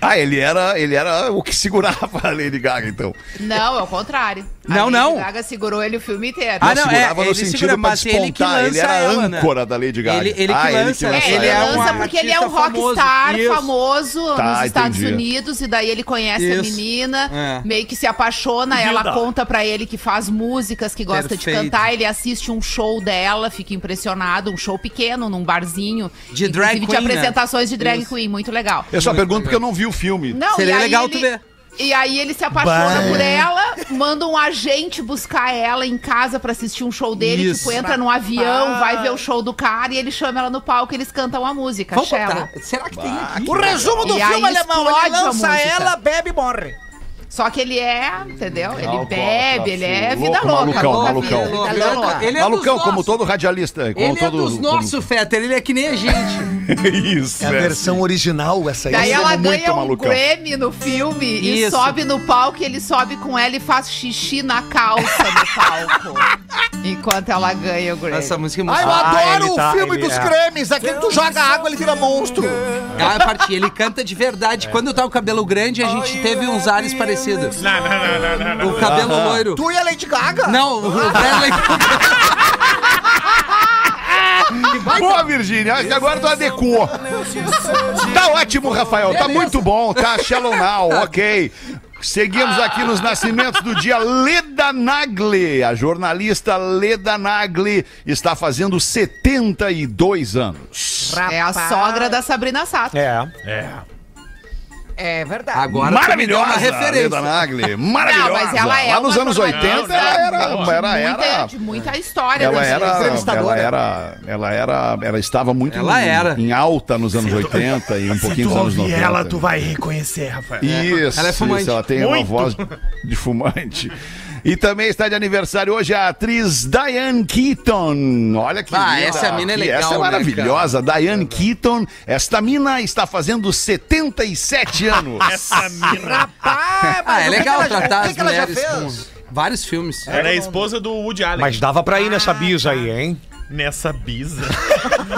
[SPEAKER 2] Ah, ele era, ele era o que segurava a Lady Gaga, então.
[SPEAKER 7] Não, é o contrário. A
[SPEAKER 5] Não,
[SPEAKER 7] Lady
[SPEAKER 5] não.
[SPEAKER 7] Gaga segurou ele o filme inteiro.
[SPEAKER 5] Ah, não,
[SPEAKER 2] segurava
[SPEAKER 5] é,
[SPEAKER 2] no
[SPEAKER 5] ele
[SPEAKER 2] sentido
[SPEAKER 5] segura,
[SPEAKER 2] pra
[SPEAKER 5] mas ele que
[SPEAKER 2] despontar. Ele,
[SPEAKER 5] lança
[SPEAKER 2] era a
[SPEAKER 5] ela, né?
[SPEAKER 2] âncora da Lady Gaga.
[SPEAKER 5] Ele- ele que
[SPEAKER 2] ah,
[SPEAKER 5] lança, né?
[SPEAKER 7] É,
[SPEAKER 5] Essa
[SPEAKER 7] ele
[SPEAKER 5] é
[SPEAKER 2] ela.
[SPEAKER 7] lança
[SPEAKER 5] um
[SPEAKER 7] porque ele é um
[SPEAKER 5] artista famoso.
[SPEAKER 7] rockstar
[SPEAKER 5] Isso.
[SPEAKER 7] famoso
[SPEAKER 2] Tá,
[SPEAKER 7] nos Estados
[SPEAKER 2] entendi.
[SPEAKER 7] Unidos e daí ele conhece a
[SPEAKER 5] Isso.
[SPEAKER 7] menina,
[SPEAKER 5] É.
[SPEAKER 7] meio que se apaixona, ela conta pra ele que faz músicas, que gosta
[SPEAKER 5] Perfeito.
[SPEAKER 7] de cantar, ele assiste um show dela, fica impressionado, um show pequeno num barzinho,
[SPEAKER 5] De
[SPEAKER 7] inclusive
[SPEAKER 5] drag
[SPEAKER 7] de
[SPEAKER 5] queen, né?
[SPEAKER 7] apresentações de drag
[SPEAKER 5] Isso.
[SPEAKER 7] queen, muito legal.
[SPEAKER 2] Eu só pergunto porque eu não vi o filme.
[SPEAKER 7] Não,
[SPEAKER 5] Seria
[SPEAKER 7] e aí
[SPEAKER 5] legal
[SPEAKER 7] ele-
[SPEAKER 5] tu ver.
[SPEAKER 7] E aí ele se apaixona por ela, manda um agente buscar ela em casa pra assistir um show dele,
[SPEAKER 5] Isso.
[SPEAKER 7] tipo, entra num avião, vai ver o show do cara e ele chama ela no palco e eles cantam a música,
[SPEAKER 5] Vamos
[SPEAKER 7] Shallow.
[SPEAKER 5] botar. um Será que tem aqui?
[SPEAKER 3] O resumo do
[SPEAKER 7] E aí
[SPEAKER 3] filme alemão, ele
[SPEAKER 7] explode a
[SPEAKER 3] lança
[SPEAKER 7] música.
[SPEAKER 3] ela, bebe e morre.
[SPEAKER 7] Só que ele é, entendeu? Ele
[SPEAKER 2] Alcoólatra,
[SPEAKER 7] bebe, ele é
[SPEAKER 2] filho.
[SPEAKER 7] vida
[SPEAKER 2] Louco,
[SPEAKER 7] louca.
[SPEAKER 2] malucão,
[SPEAKER 7] louca vida,
[SPEAKER 2] malucão.
[SPEAKER 7] vida louca.
[SPEAKER 5] Ele é dos
[SPEAKER 2] Malucão, como
[SPEAKER 5] nossos.
[SPEAKER 2] todo radialista. Como
[SPEAKER 5] Ele é
[SPEAKER 2] todo,
[SPEAKER 5] dos
[SPEAKER 2] como-
[SPEAKER 5] nossos, Fetter. Ele é que nem a gente.
[SPEAKER 2] Isso.
[SPEAKER 9] É
[SPEAKER 2] (laughs)
[SPEAKER 9] a
[SPEAKER 2] é.
[SPEAKER 9] versão original essa aí.
[SPEAKER 7] Daí ela
[SPEAKER 2] muito
[SPEAKER 7] ganha um
[SPEAKER 2] malucão.
[SPEAKER 7] Grammy no filme e
[SPEAKER 5] Isso.
[SPEAKER 7] sobe no palco e ele sobe com ela e faz xixi na calça no palco. Enquanto ela ganha o Grammy.
[SPEAKER 5] Essa música é muito
[SPEAKER 3] Ah, eu
[SPEAKER 5] boa.
[SPEAKER 3] adoro
[SPEAKER 9] ele
[SPEAKER 3] o
[SPEAKER 9] tá-
[SPEAKER 3] filme
[SPEAKER 9] ele
[SPEAKER 3] dos
[SPEAKER 9] é.
[SPEAKER 3] cremes. Aquele que tu joga água, ele vira monstro.
[SPEAKER 5] Ah, a parte, ele canta de verdade. Quando eu tava com o cabelo grande, a gente teve uns ares parecidos.
[SPEAKER 8] Não, não, não, não, não, não.
[SPEAKER 5] O cabelo loiro.
[SPEAKER 3] Tu e a Lady Gaga?
[SPEAKER 5] Não, o Bradley Cooper.
[SPEAKER 2] Boa, Virgínia. Acho que agora tu adequou. Tá ótimo, Rafael. Tá muito bom. Tá Shallow
[SPEAKER 5] (laughs)
[SPEAKER 2] Now, ok.
[SPEAKER 5] Ah.
[SPEAKER 2] Seguimos aqui nos nascimentos do dia. Leda Nagli, a jornalista Leda Nagli, está fazendo 72 anos.
[SPEAKER 7] É a sogra da Sabrina Sato.
[SPEAKER 9] É.
[SPEAKER 3] É verdade.
[SPEAKER 5] (laughs) Agora tu me deu
[SPEAKER 2] Maravilhosa,
[SPEAKER 5] uma
[SPEAKER 2] Leda
[SPEAKER 5] referência.
[SPEAKER 2] Nagli. Maravilhosa.
[SPEAKER 7] Não, mas ela é
[SPEAKER 2] Lá nos
[SPEAKER 7] uma
[SPEAKER 2] anos 80,
[SPEAKER 7] jornalista
[SPEAKER 2] ela era...
[SPEAKER 7] de
[SPEAKER 2] era,
[SPEAKER 7] muita,
[SPEAKER 2] era
[SPEAKER 7] de muita história.
[SPEAKER 2] ela
[SPEAKER 7] né?
[SPEAKER 2] era, ela
[SPEAKER 3] entrevistadora.
[SPEAKER 2] era, ela era, ela estava muito
[SPEAKER 5] Ela
[SPEAKER 2] em,
[SPEAKER 5] era.
[SPEAKER 2] em alta nos anos 80 e um pouquinho nos anos 90.
[SPEAKER 8] vai reconhecer, Rafael.
[SPEAKER 2] Isso,
[SPEAKER 5] Ela é fumante.
[SPEAKER 2] isso, ela tem uma
[SPEAKER 8] Muito.
[SPEAKER 2] voz de fumante. E também está de aniversário hoje a atriz Diane Keaton. Olha que
[SPEAKER 5] Ah,
[SPEAKER 2] linda.
[SPEAKER 5] essa mina é
[SPEAKER 2] Que-
[SPEAKER 5] legal,
[SPEAKER 2] Essa é
[SPEAKER 5] né,
[SPEAKER 2] maravilhosa. Diane Keaton. Esta mina está fazendo 77 anos.
[SPEAKER 8] Essa mina.
[SPEAKER 3] Ah,
[SPEAKER 5] Ah, é
[SPEAKER 3] o que
[SPEAKER 5] legal
[SPEAKER 3] que ela já-
[SPEAKER 5] tratar
[SPEAKER 3] o que
[SPEAKER 5] as
[SPEAKER 3] que ela já
[SPEAKER 5] mulheres
[SPEAKER 3] fez?
[SPEAKER 5] com vários filmes.
[SPEAKER 8] Era a É, né? esposa do Woody Allen.
[SPEAKER 9] Mas dava pra ir
[SPEAKER 10] Ah,
[SPEAKER 9] nessa bisa
[SPEAKER 10] tá.
[SPEAKER 9] aí, hein?
[SPEAKER 8] Nessa bisa.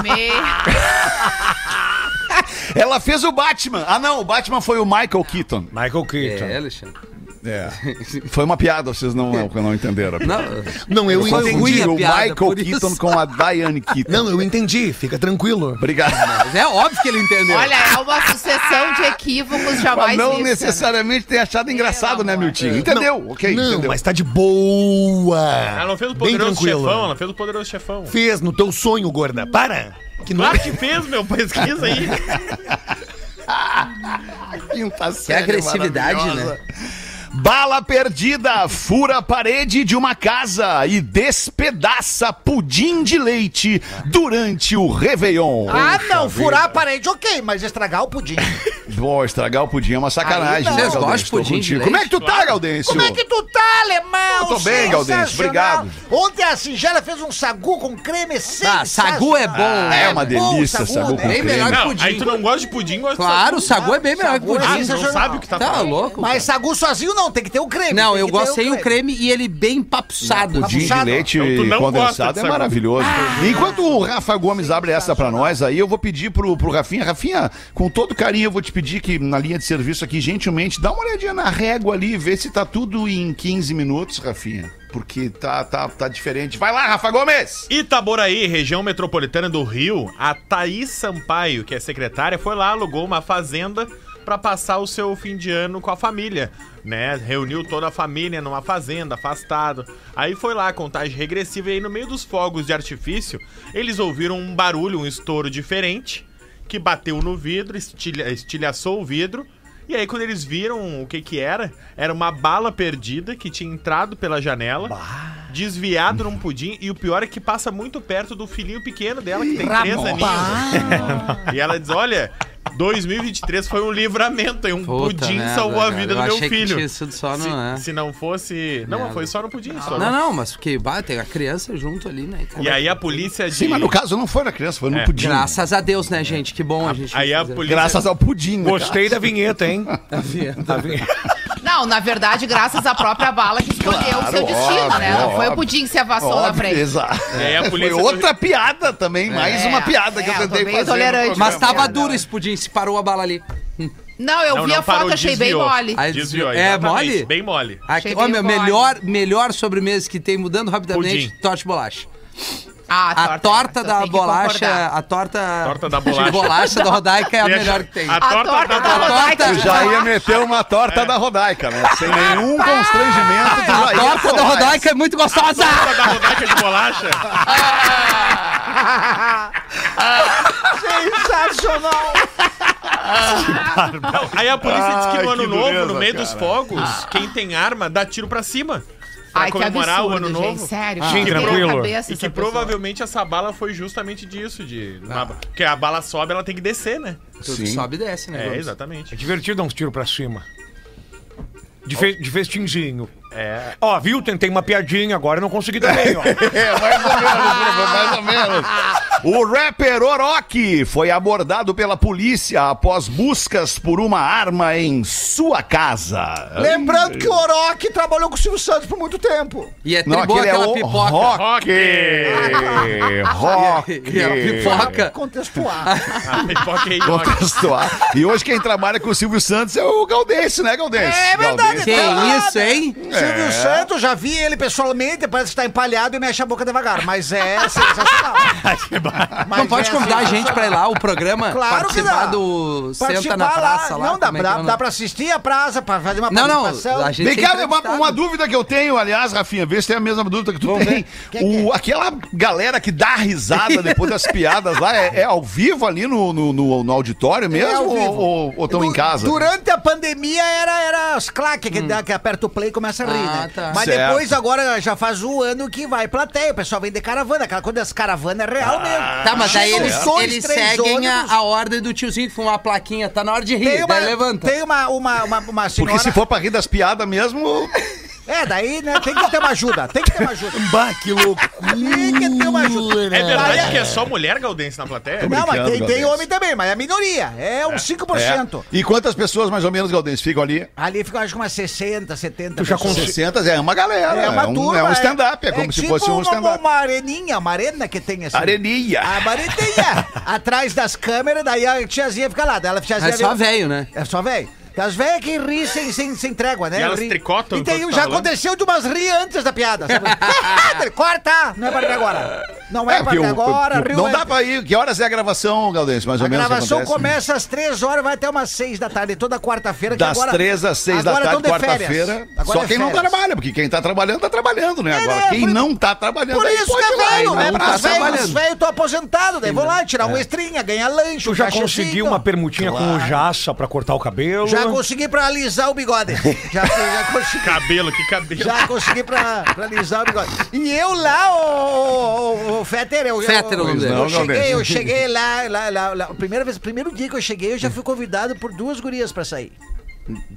[SPEAKER 7] Me-
[SPEAKER 2] Ela fez o Batman. Ah, não, o Batman foi o Michael Keaton.
[SPEAKER 9] Michael Keaton.
[SPEAKER 5] É, Alexandre.
[SPEAKER 2] É. Foi uma piada, vocês não, não entenderam.
[SPEAKER 5] Não,
[SPEAKER 9] Não, eu
[SPEAKER 5] Foi
[SPEAKER 9] entendi.
[SPEAKER 5] ruim a
[SPEAKER 2] o
[SPEAKER 5] piada,
[SPEAKER 2] Michael
[SPEAKER 5] por
[SPEAKER 2] Keaton
[SPEAKER 5] isso.
[SPEAKER 2] com a Diane Keaton.
[SPEAKER 9] Não, eu entendi. Fica tranquilo.
[SPEAKER 2] Obrigado.
[SPEAKER 5] mas é óbvio que ele entendeu.
[SPEAKER 7] Olha, é uma sucessão de equívocos
[SPEAKER 2] Mas
[SPEAKER 7] jamais
[SPEAKER 2] não
[SPEAKER 7] vista, né?
[SPEAKER 2] necessariamente tem achado engraçado, né,
[SPEAKER 7] amor.
[SPEAKER 2] Miltinho? Entendeu? ok,
[SPEAKER 9] não,
[SPEAKER 2] entendeu.
[SPEAKER 9] mas tá de boa.
[SPEAKER 8] Ela Ah, não fez o
[SPEAKER 9] Bem
[SPEAKER 8] poderoso
[SPEAKER 9] tranquilo. né?
[SPEAKER 8] chefão, né? ela fez o poderoso chefão.
[SPEAKER 9] Fez no teu sonho, gorda. Para. Que não é...
[SPEAKER 8] Claro que fez, meu, pesquisa aí.
[SPEAKER 9] (laughs)
[SPEAKER 2] Quinta
[SPEAKER 5] Que
[SPEAKER 2] série
[SPEAKER 5] agressividade,
[SPEAKER 2] tá é maravilhosa.
[SPEAKER 5] né?
[SPEAKER 2] Bala perdida fura a parede de uma casa e despedaça pudim de leite durante o Réveillon.
[SPEAKER 3] Ah, não, furar a parede, ok, mas estragar o pudim.
[SPEAKER 2] Vou estragar o pudim é uma sacanagem.
[SPEAKER 5] Aí não.
[SPEAKER 2] né,
[SPEAKER 5] Vocês gostam de
[SPEAKER 2] Gaudêncio? Tô
[SPEAKER 5] pudim de
[SPEAKER 2] contigo.
[SPEAKER 5] leite?
[SPEAKER 2] Como é que tu tá, Gaudêncio?
[SPEAKER 3] Como é que tu tá, alemão?
[SPEAKER 2] Eu tô bem, Gaudêncio,
[SPEAKER 3] Sensacional.
[SPEAKER 2] obrigado.
[SPEAKER 3] Ontem a Singela fez um sagu com creme sensacional.
[SPEAKER 5] Tá, sagu é bom, né?
[SPEAKER 2] É uma delícia,
[SPEAKER 3] o
[SPEAKER 2] sagu com
[SPEAKER 5] Bem
[SPEAKER 2] creme.
[SPEAKER 5] melhor que
[SPEAKER 8] Não,
[SPEAKER 5] pudim.
[SPEAKER 8] aí tu não gosta de pudim, gosta
[SPEAKER 5] Claro, o
[SPEAKER 8] de
[SPEAKER 5] sagu é bem melhor que
[SPEAKER 3] Sagu é
[SPEAKER 5] pudim.
[SPEAKER 8] Ah,
[SPEAKER 3] Isso
[SPEAKER 8] não sabe o que tá
[SPEAKER 5] Tá
[SPEAKER 8] falando.
[SPEAKER 5] louco.
[SPEAKER 3] Mas sagu sozinho não, tem que ter o creme.
[SPEAKER 5] Não,
[SPEAKER 3] tem
[SPEAKER 5] eu
[SPEAKER 3] que ter
[SPEAKER 5] gosto sem o creme e ele bem papuçado.
[SPEAKER 2] Pudim de
[SPEAKER 3] Puxado.
[SPEAKER 2] leite
[SPEAKER 8] Então tu não gosta
[SPEAKER 2] condensado
[SPEAKER 8] de
[SPEAKER 2] é
[SPEAKER 8] sagu.
[SPEAKER 2] maravilhoso. Enquanto o Rafa Gomes abre essa pra nós, aí eu vou pedir pro, pro Rafinha. Rafinha, com todo carinho, eu vou te pedir que na linha de serviço aqui, gentilmente, dá uma olhadinha na régua ali, vê se tá tudo em 15 minutos, Rafinha. Porque tá, tá, tá diferente. Vai lá, Rafa Gomes!
[SPEAKER 8] Itaboraí, região metropolitana do Rio, a Thaís Sampaio, que é secretária, foi lá, alugou uma fazenda pra passar o seu fim de ano com a família, né? Reuniu toda a família numa fazenda, afastado. Aí foi lá, contagem regressiva, e aí no meio dos fogos de artifício, eles ouviram um barulho, um estouro diferente, que bateu no vidro, estilha- estilhaçou o vidro, e aí quando eles viram o que que era, era uma bala perdida que tinha entrado pela janela, desviado num pudim, e o pior é que passa muito perto do filhinho pequeno dela, que tem três aninhos.
[SPEAKER 5] (laughs)
[SPEAKER 8] E ela diz, olha... 2023 foi um livramento, e um
[SPEAKER 5] Puta
[SPEAKER 8] pudim
[SPEAKER 5] merda,
[SPEAKER 8] salvou a
[SPEAKER 5] cara.
[SPEAKER 8] vida
[SPEAKER 5] Eu
[SPEAKER 8] do meu
[SPEAKER 5] achei que
[SPEAKER 8] filho.
[SPEAKER 5] tinha sido só
[SPEAKER 8] se,
[SPEAKER 5] no- é.
[SPEAKER 8] se não fosse. Não,
[SPEAKER 5] Merda.
[SPEAKER 8] foi só no pudim. Só
[SPEAKER 5] Não, não, mas porque bah, tem a criança junto ali, né? cara?
[SPEAKER 8] E aí a polícia de.
[SPEAKER 2] Sim, mas no caso não foi na criança, foi no pudim.
[SPEAKER 5] Graças a Deus, né, gente? Que bom a gente.
[SPEAKER 8] Aí a
[SPEAKER 5] fazer.
[SPEAKER 8] polícia.
[SPEAKER 2] Graças ao pudim. né, cara?
[SPEAKER 9] Gostei da vinheta, hein?
[SPEAKER 5] Tá
[SPEAKER 8] (laughs)
[SPEAKER 5] vendo? Tá vendo?
[SPEAKER 7] Não, na verdade, graças à própria bala que escolheu o
[SPEAKER 2] Claro,
[SPEAKER 7] seu destino, né? Não
[SPEAKER 2] óbvio,
[SPEAKER 7] foi o
[SPEAKER 2] óbvio.
[SPEAKER 7] pudim que se avassou na
[SPEAKER 2] Óbvio,
[SPEAKER 7] frente.
[SPEAKER 2] exato. É,
[SPEAKER 8] E aí É, a
[SPEAKER 2] Foi
[SPEAKER 8] polícia do-
[SPEAKER 2] outra piada também, mais
[SPEAKER 7] É,
[SPEAKER 2] uma piada que
[SPEAKER 7] é,
[SPEAKER 2] eu
[SPEAKER 7] eu tô
[SPEAKER 2] tentei
[SPEAKER 7] bem
[SPEAKER 2] fazer. no
[SPEAKER 7] tolerante.
[SPEAKER 2] programa.
[SPEAKER 5] Mas
[SPEAKER 8] Tá
[SPEAKER 5] tava duro esse pudim, se parou a bala ali.
[SPEAKER 7] Não, eu
[SPEAKER 8] Não,
[SPEAKER 7] vi
[SPEAKER 8] não
[SPEAKER 7] a foto,
[SPEAKER 8] parou,
[SPEAKER 7] achei
[SPEAKER 8] desviou.
[SPEAKER 7] bem mole.
[SPEAKER 5] Aí-
[SPEAKER 8] Desviou,
[SPEAKER 5] É
[SPEAKER 8] exatamente,
[SPEAKER 5] mole?
[SPEAKER 8] Bem mole.
[SPEAKER 5] Aqui,
[SPEAKER 7] Achei
[SPEAKER 5] ó,
[SPEAKER 7] bem
[SPEAKER 5] meu,
[SPEAKER 7] mole.
[SPEAKER 5] melhor, melhor sobremesa que tem, mudando rapidamente,
[SPEAKER 8] Pudim.
[SPEAKER 5] torta de bolacha.
[SPEAKER 7] Ah,
[SPEAKER 5] A torta
[SPEAKER 7] eu
[SPEAKER 5] da
[SPEAKER 7] tenho que
[SPEAKER 5] bolacha,
[SPEAKER 7] concordar.
[SPEAKER 5] a torta,
[SPEAKER 8] Torta da bolacha.
[SPEAKER 5] de bolacha da Rodaica
[SPEAKER 8] (laughs)
[SPEAKER 5] é a melhor que tem.
[SPEAKER 8] A
[SPEAKER 7] A
[SPEAKER 8] torta da bolacha.
[SPEAKER 5] torta-
[SPEAKER 7] Rodaica
[SPEAKER 2] Tu
[SPEAKER 7] de
[SPEAKER 2] já ia
[SPEAKER 7] chocolate.
[SPEAKER 2] meter uma
[SPEAKER 8] É.
[SPEAKER 2] torta da Rodaica, né? Sem nenhum constrangimento. tu
[SPEAKER 5] A
[SPEAKER 2] já ia
[SPEAKER 5] torta da
[SPEAKER 2] falar
[SPEAKER 5] Rodaica é muito gostosa!
[SPEAKER 8] Torta da rodaica de bolacha.
[SPEAKER 3] Sensacional.
[SPEAKER 8] Não, aí a polícia disse que no
[SPEAKER 2] Ai,
[SPEAKER 8] ano
[SPEAKER 2] que
[SPEAKER 8] novo,
[SPEAKER 2] dureza,
[SPEAKER 8] no meio dos
[SPEAKER 2] cara.
[SPEAKER 8] fogos, quem tem arma dá tiro pra cima. Pra
[SPEAKER 7] Ah. Ai, que
[SPEAKER 8] comemorar
[SPEAKER 7] absurdo,
[SPEAKER 8] o ano
[SPEAKER 7] gente,
[SPEAKER 8] novo.
[SPEAKER 7] sério. que
[SPEAKER 9] Sim,
[SPEAKER 7] dor na
[SPEAKER 9] tranquilo.
[SPEAKER 7] cabeça
[SPEAKER 8] E
[SPEAKER 7] essa
[SPEAKER 8] que
[SPEAKER 7] pessoa.
[SPEAKER 8] provavelmente essa bala foi justamente disso, de.
[SPEAKER 2] Ah.
[SPEAKER 8] uma- Porque a bala sobe, ela tem que descer, né?
[SPEAKER 5] Tudo sobe e desce, né?
[SPEAKER 8] É,
[SPEAKER 5] Gomes?
[SPEAKER 9] É
[SPEAKER 8] exatamente.
[SPEAKER 9] divertido dar uns tiros pra cima. De, fe de festinzinho.
[SPEAKER 8] É.
[SPEAKER 9] Ó, viu? Tentei uma piadinha, agora não consegui também,
[SPEAKER 8] (laughs)
[SPEAKER 9] ó.
[SPEAKER 2] É, mais ou menos, Bruno, mais ou menos. O rapper Orochi foi abordado pela polícia após buscas por uma arma em sua casa.
[SPEAKER 3] Lembrando que o Orochi trabalhou com o Silvio Santos por muito tempo.
[SPEAKER 5] E é
[SPEAKER 2] Não,
[SPEAKER 5] tão boa
[SPEAKER 2] aquele é
[SPEAKER 5] aquela
[SPEAKER 2] o
[SPEAKER 5] pipoca.
[SPEAKER 2] (laughs) Rock.
[SPEAKER 5] E é a pipoca.
[SPEAKER 2] Ah,
[SPEAKER 3] Contextuar.
[SPEAKER 8] (laughs) A pipoca aí, ó.
[SPEAKER 2] Contextual. E hoje quem trabalha com o Silvio Santos é o Gaudêncio, né, Gaudêncio?
[SPEAKER 3] É verdade,
[SPEAKER 2] Gaudêncio.
[SPEAKER 5] Que isso, hein?
[SPEAKER 2] É,
[SPEAKER 3] Silvio Santos, já vi ele pessoalmente, parece que tá empalhado e mexe a boca devagar. Mas é (laughs) sensacional. é
[SPEAKER 5] Não pode convidar a gente pra ir lá, o programa
[SPEAKER 3] assim. Claro que
[SPEAKER 5] participar
[SPEAKER 3] dá.
[SPEAKER 5] do Senta
[SPEAKER 3] Participar
[SPEAKER 5] na Praça lá.
[SPEAKER 3] Não, dá,
[SPEAKER 5] como é que é o
[SPEAKER 3] pra,
[SPEAKER 5] nome?
[SPEAKER 3] dá pra assistir a praça, pra fazer uma
[SPEAKER 5] Não, não,
[SPEAKER 3] participação.
[SPEAKER 5] a gente-
[SPEAKER 2] Vem
[SPEAKER 5] ser
[SPEAKER 2] cá, uma,
[SPEAKER 5] entrevistado.
[SPEAKER 2] uma dúvida que eu tenho, aliás, Rafinha, vê se tem a mesma dúvida que tu tem. O, aquela galera que dá risada depois das piadas lá, é, é ao vivo ali no, no, no- no auditório mesmo
[SPEAKER 3] É ao
[SPEAKER 2] ou-
[SPEAKER 3] vivo.
[SPEAKER 2] ou ou estão
[SPEAKER 3] Du-
[SPEAKER 2] em casa? Hum.
[SPEAKER 3] Durante a pandemia era, era as claques que, dá- que aperta o play e começa a rir,
[SPEAKER 5] Ah,
[SPEAKER 3] né?
[SPEAKER 5] tá.
[SPEAKER 3] Mas
[SPEAKER 2] Certo.
[SPEAKER 3] depois, agora, já faz um ano que vai plateia. O pessoal vem de caravana. Aquela coisa das caravanas é
[SPEAKER 2] Ah,
[SPEAKER 3] real mesmo.
[SPEAKER 5] Tá, mas aí
[SPEAKER 3] São
[SPEAKER 5] eles,
[SPEAKER 3] dois,
[SPEAKER 5] eles
[SPEAKER 3] um três
[SPEAKER 5] seguem a,
[SPEAKER 3] ônibus.
[SPEAKER 5] a ordem do tiozinho que foi uma plaquinha, tá na hora de rir,
[SPEAKER 3] Tem uma,
[SPEAKER 5] daí levanta.
[SPEAKER 3] tem uma, uma, uma, uma senhora...
[SPEAKER 2] Porque se for pra rir das piadas mesmo,
[SPEAKER 3] É, daí, né, tem que ter uma ajuda. Tem que ter
[SPEAKER 2] (laughs)
[SPEAKER 3] uma ajuda.
[SPEAKER 11] Bah, que loucura.
[SPEAKER 3] Tem que ter uma ajuda.
[SPEAKER 8] É verdade
[SPEAKER 3] Mas
[SPEAKER 8] que é só mulher gaudense na
[SPEAKER 2] é
[SPEAKER 8] plateia?
[SPEAKER 3] Não, mas tem,
[SPEAKER 2] brincando,
[SPEAKER 3] tem
[SPEAKER 2] Galdêncio.
[SPEAKER 3] homem também, mas é a minoria. É uns 5%.
[SPEAKER 2] E quantas pessoas mais ou menos, Galdês, ficam ali?
[SPEAKER 3] Ali fica, acho que umas 60, 70
[SPEAKER 2] Tu já com 60 é uma galera.
[SPEAKER 3] É uma
[SPEAKER 2] um,
[SPEAKER 3] turma.
[SPEAKER 2] É um stand-up, é, como se
[SPEAKER 3] tipo
[SPEAKER 2] fosse um
[SPEAKER 3] uma,
[SPEAKER 2] stand-up.
[SPEAKER 3] uma areninha, uma arena que tem assim.
[SPEAKER 2] Areninha.
[SPEAKER 3] A areninha. (laughs) atrás das câmeras, daí a tiazinha fica lá. Daí ela, a tiazinha
[SPEAKER 5] É só
[SPEAKER 3] vem-
[SPEAKER 5] velho, né?
[SPEAKER 3] É só velho. As velhas que ri sem, sem, sem trégua, né?
[SPEAKER 8] E elas
[SPEAKER 3] Ri.
[SPEAKER 8] tricotam
[SPEAKER 3] E tem, um,
[SPEAKER 8] enquanto
[SPEAKER 3] já
[SPEAKER 8] tá rolando?
[SPEAKER 3] aconteceu de umas ri antes da piada. sabe?
[SPEAKER 5] (laughs)
[SPEAKER 3] Corta! Não é pra rir agora. Não é, pra
[SPEAKER 2] porque
[SPEAKER 3] rir
[SPEAKER 2] o-
[SPEAKER 3] agora.
[SPEAKER 2] o-
[SPEAKER 3] riu
[SPEAKER 2] não
[SPEAKER 3] antes.
[SPEAKER 2] dá pra ir. Que horas é a gravação, Galdês, mais
[SPEAKER 3] A
[SPEAKER 2] ou menos?
[SPEAKER 3] gravação
[SPEAKER 2] acontece? né?
[SPEAKER 3] começa às três horas, vai até umas seis da tarde, toda quarta-feira. que
[SPEAKER 2] Das
[SPEAKER 3] agora-
[SPEAKER 2] três às seis da
[SPEAKER 3] agora
[SPEAKER 2] tarde,
[SPEAKER 3] tão de férias.
[SPEAKER 2] quarta-feira.
[SPEAKER 3] Agora
[SPEAKER 2] Só
[SPEAKER 3] é
[SPEAKER 2] quem não
[SPEAKER 3] férias.
[SPEAKER 2] trabalha, porque quem tá trabalhando, tá trabalhando, né? Agora,
[SPEAKER 3] né?
[SPEAKER 2] quem
[SPEAKER 3] Por-
[SPEAKER 2] não tá trabalhando,
[SPEAKER 3] Por
[SPEAKER 2] aí
[SPEAKER 3] isso que
[SPEAKER 2] pode
[SPEAKER 3] é
[SPEAKER 2] ir lá,
[SPEAKER 3] velho,
[SPEAKER 2] aí
[SPEAKER 3] né?
[SPEAKER 2] não
[SPEAKER 3] Porque
[SPEAKER 2] tá
[SPEAKER 3] os velhos, os
[SPEAKER 2] trabalhando. É.
[SPEAKER 3] velhos estão aposentados, daí vou lá tirar uma estrinha, ganhar lanche.
[SPEAKER 9] Tu
[SPEAKER 3] um
[SPEAKER 8] Tá
[SPEAKER 3] cachezinho.
[SPEAKER 9] já
[SPEAKER 8] então.
[SPEAKER 9] conseguiu uma permutinha com o Jaça pra cortar o cabelo?
[SPEAKER 3] Já consegui pra alisar o bigode.
[SPEAKER 2] (laughs)
[SPEAKER 3] Já, já consegui.
[SPEAKER 8] Cabelo, que cabelo.
[SPEAKER 3] Já consegui pra, pra alisar o bigode. E eu lá, o, o, Fetter, eu,
[SPEAKER 5] Fetter, é
[SPEAKER 3] eu,
[SPEAKER 5] o nome
[SPEAKER 3] eu,
[SPEAKER 5] dele.
[SPEAKER 2] Não,
[SPEAKER 3] cheguei,
[SPEAKER 2] Galdêncio.
[SPEAKER 3] eu cheguei lá, lá, lá, lá. Primeira vez, primeiro dia que eu cheguei, eu já fui convidado por duas gurias pra sair.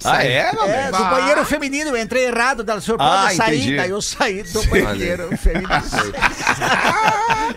[SPEAKER 2] Ah, é?
[SPEAKER 3] É, do banheiro feminino, eu entrei errado, da senhor
[SPEAKER 2] Ah,
[SPEAKER 3] pode sair,
[SPEAKER 2] entendi.
[SPEAKER 3] daí eu saí do banheiro
[SPEAKER 2] (laughs)
[SPEAKER 3] feminino.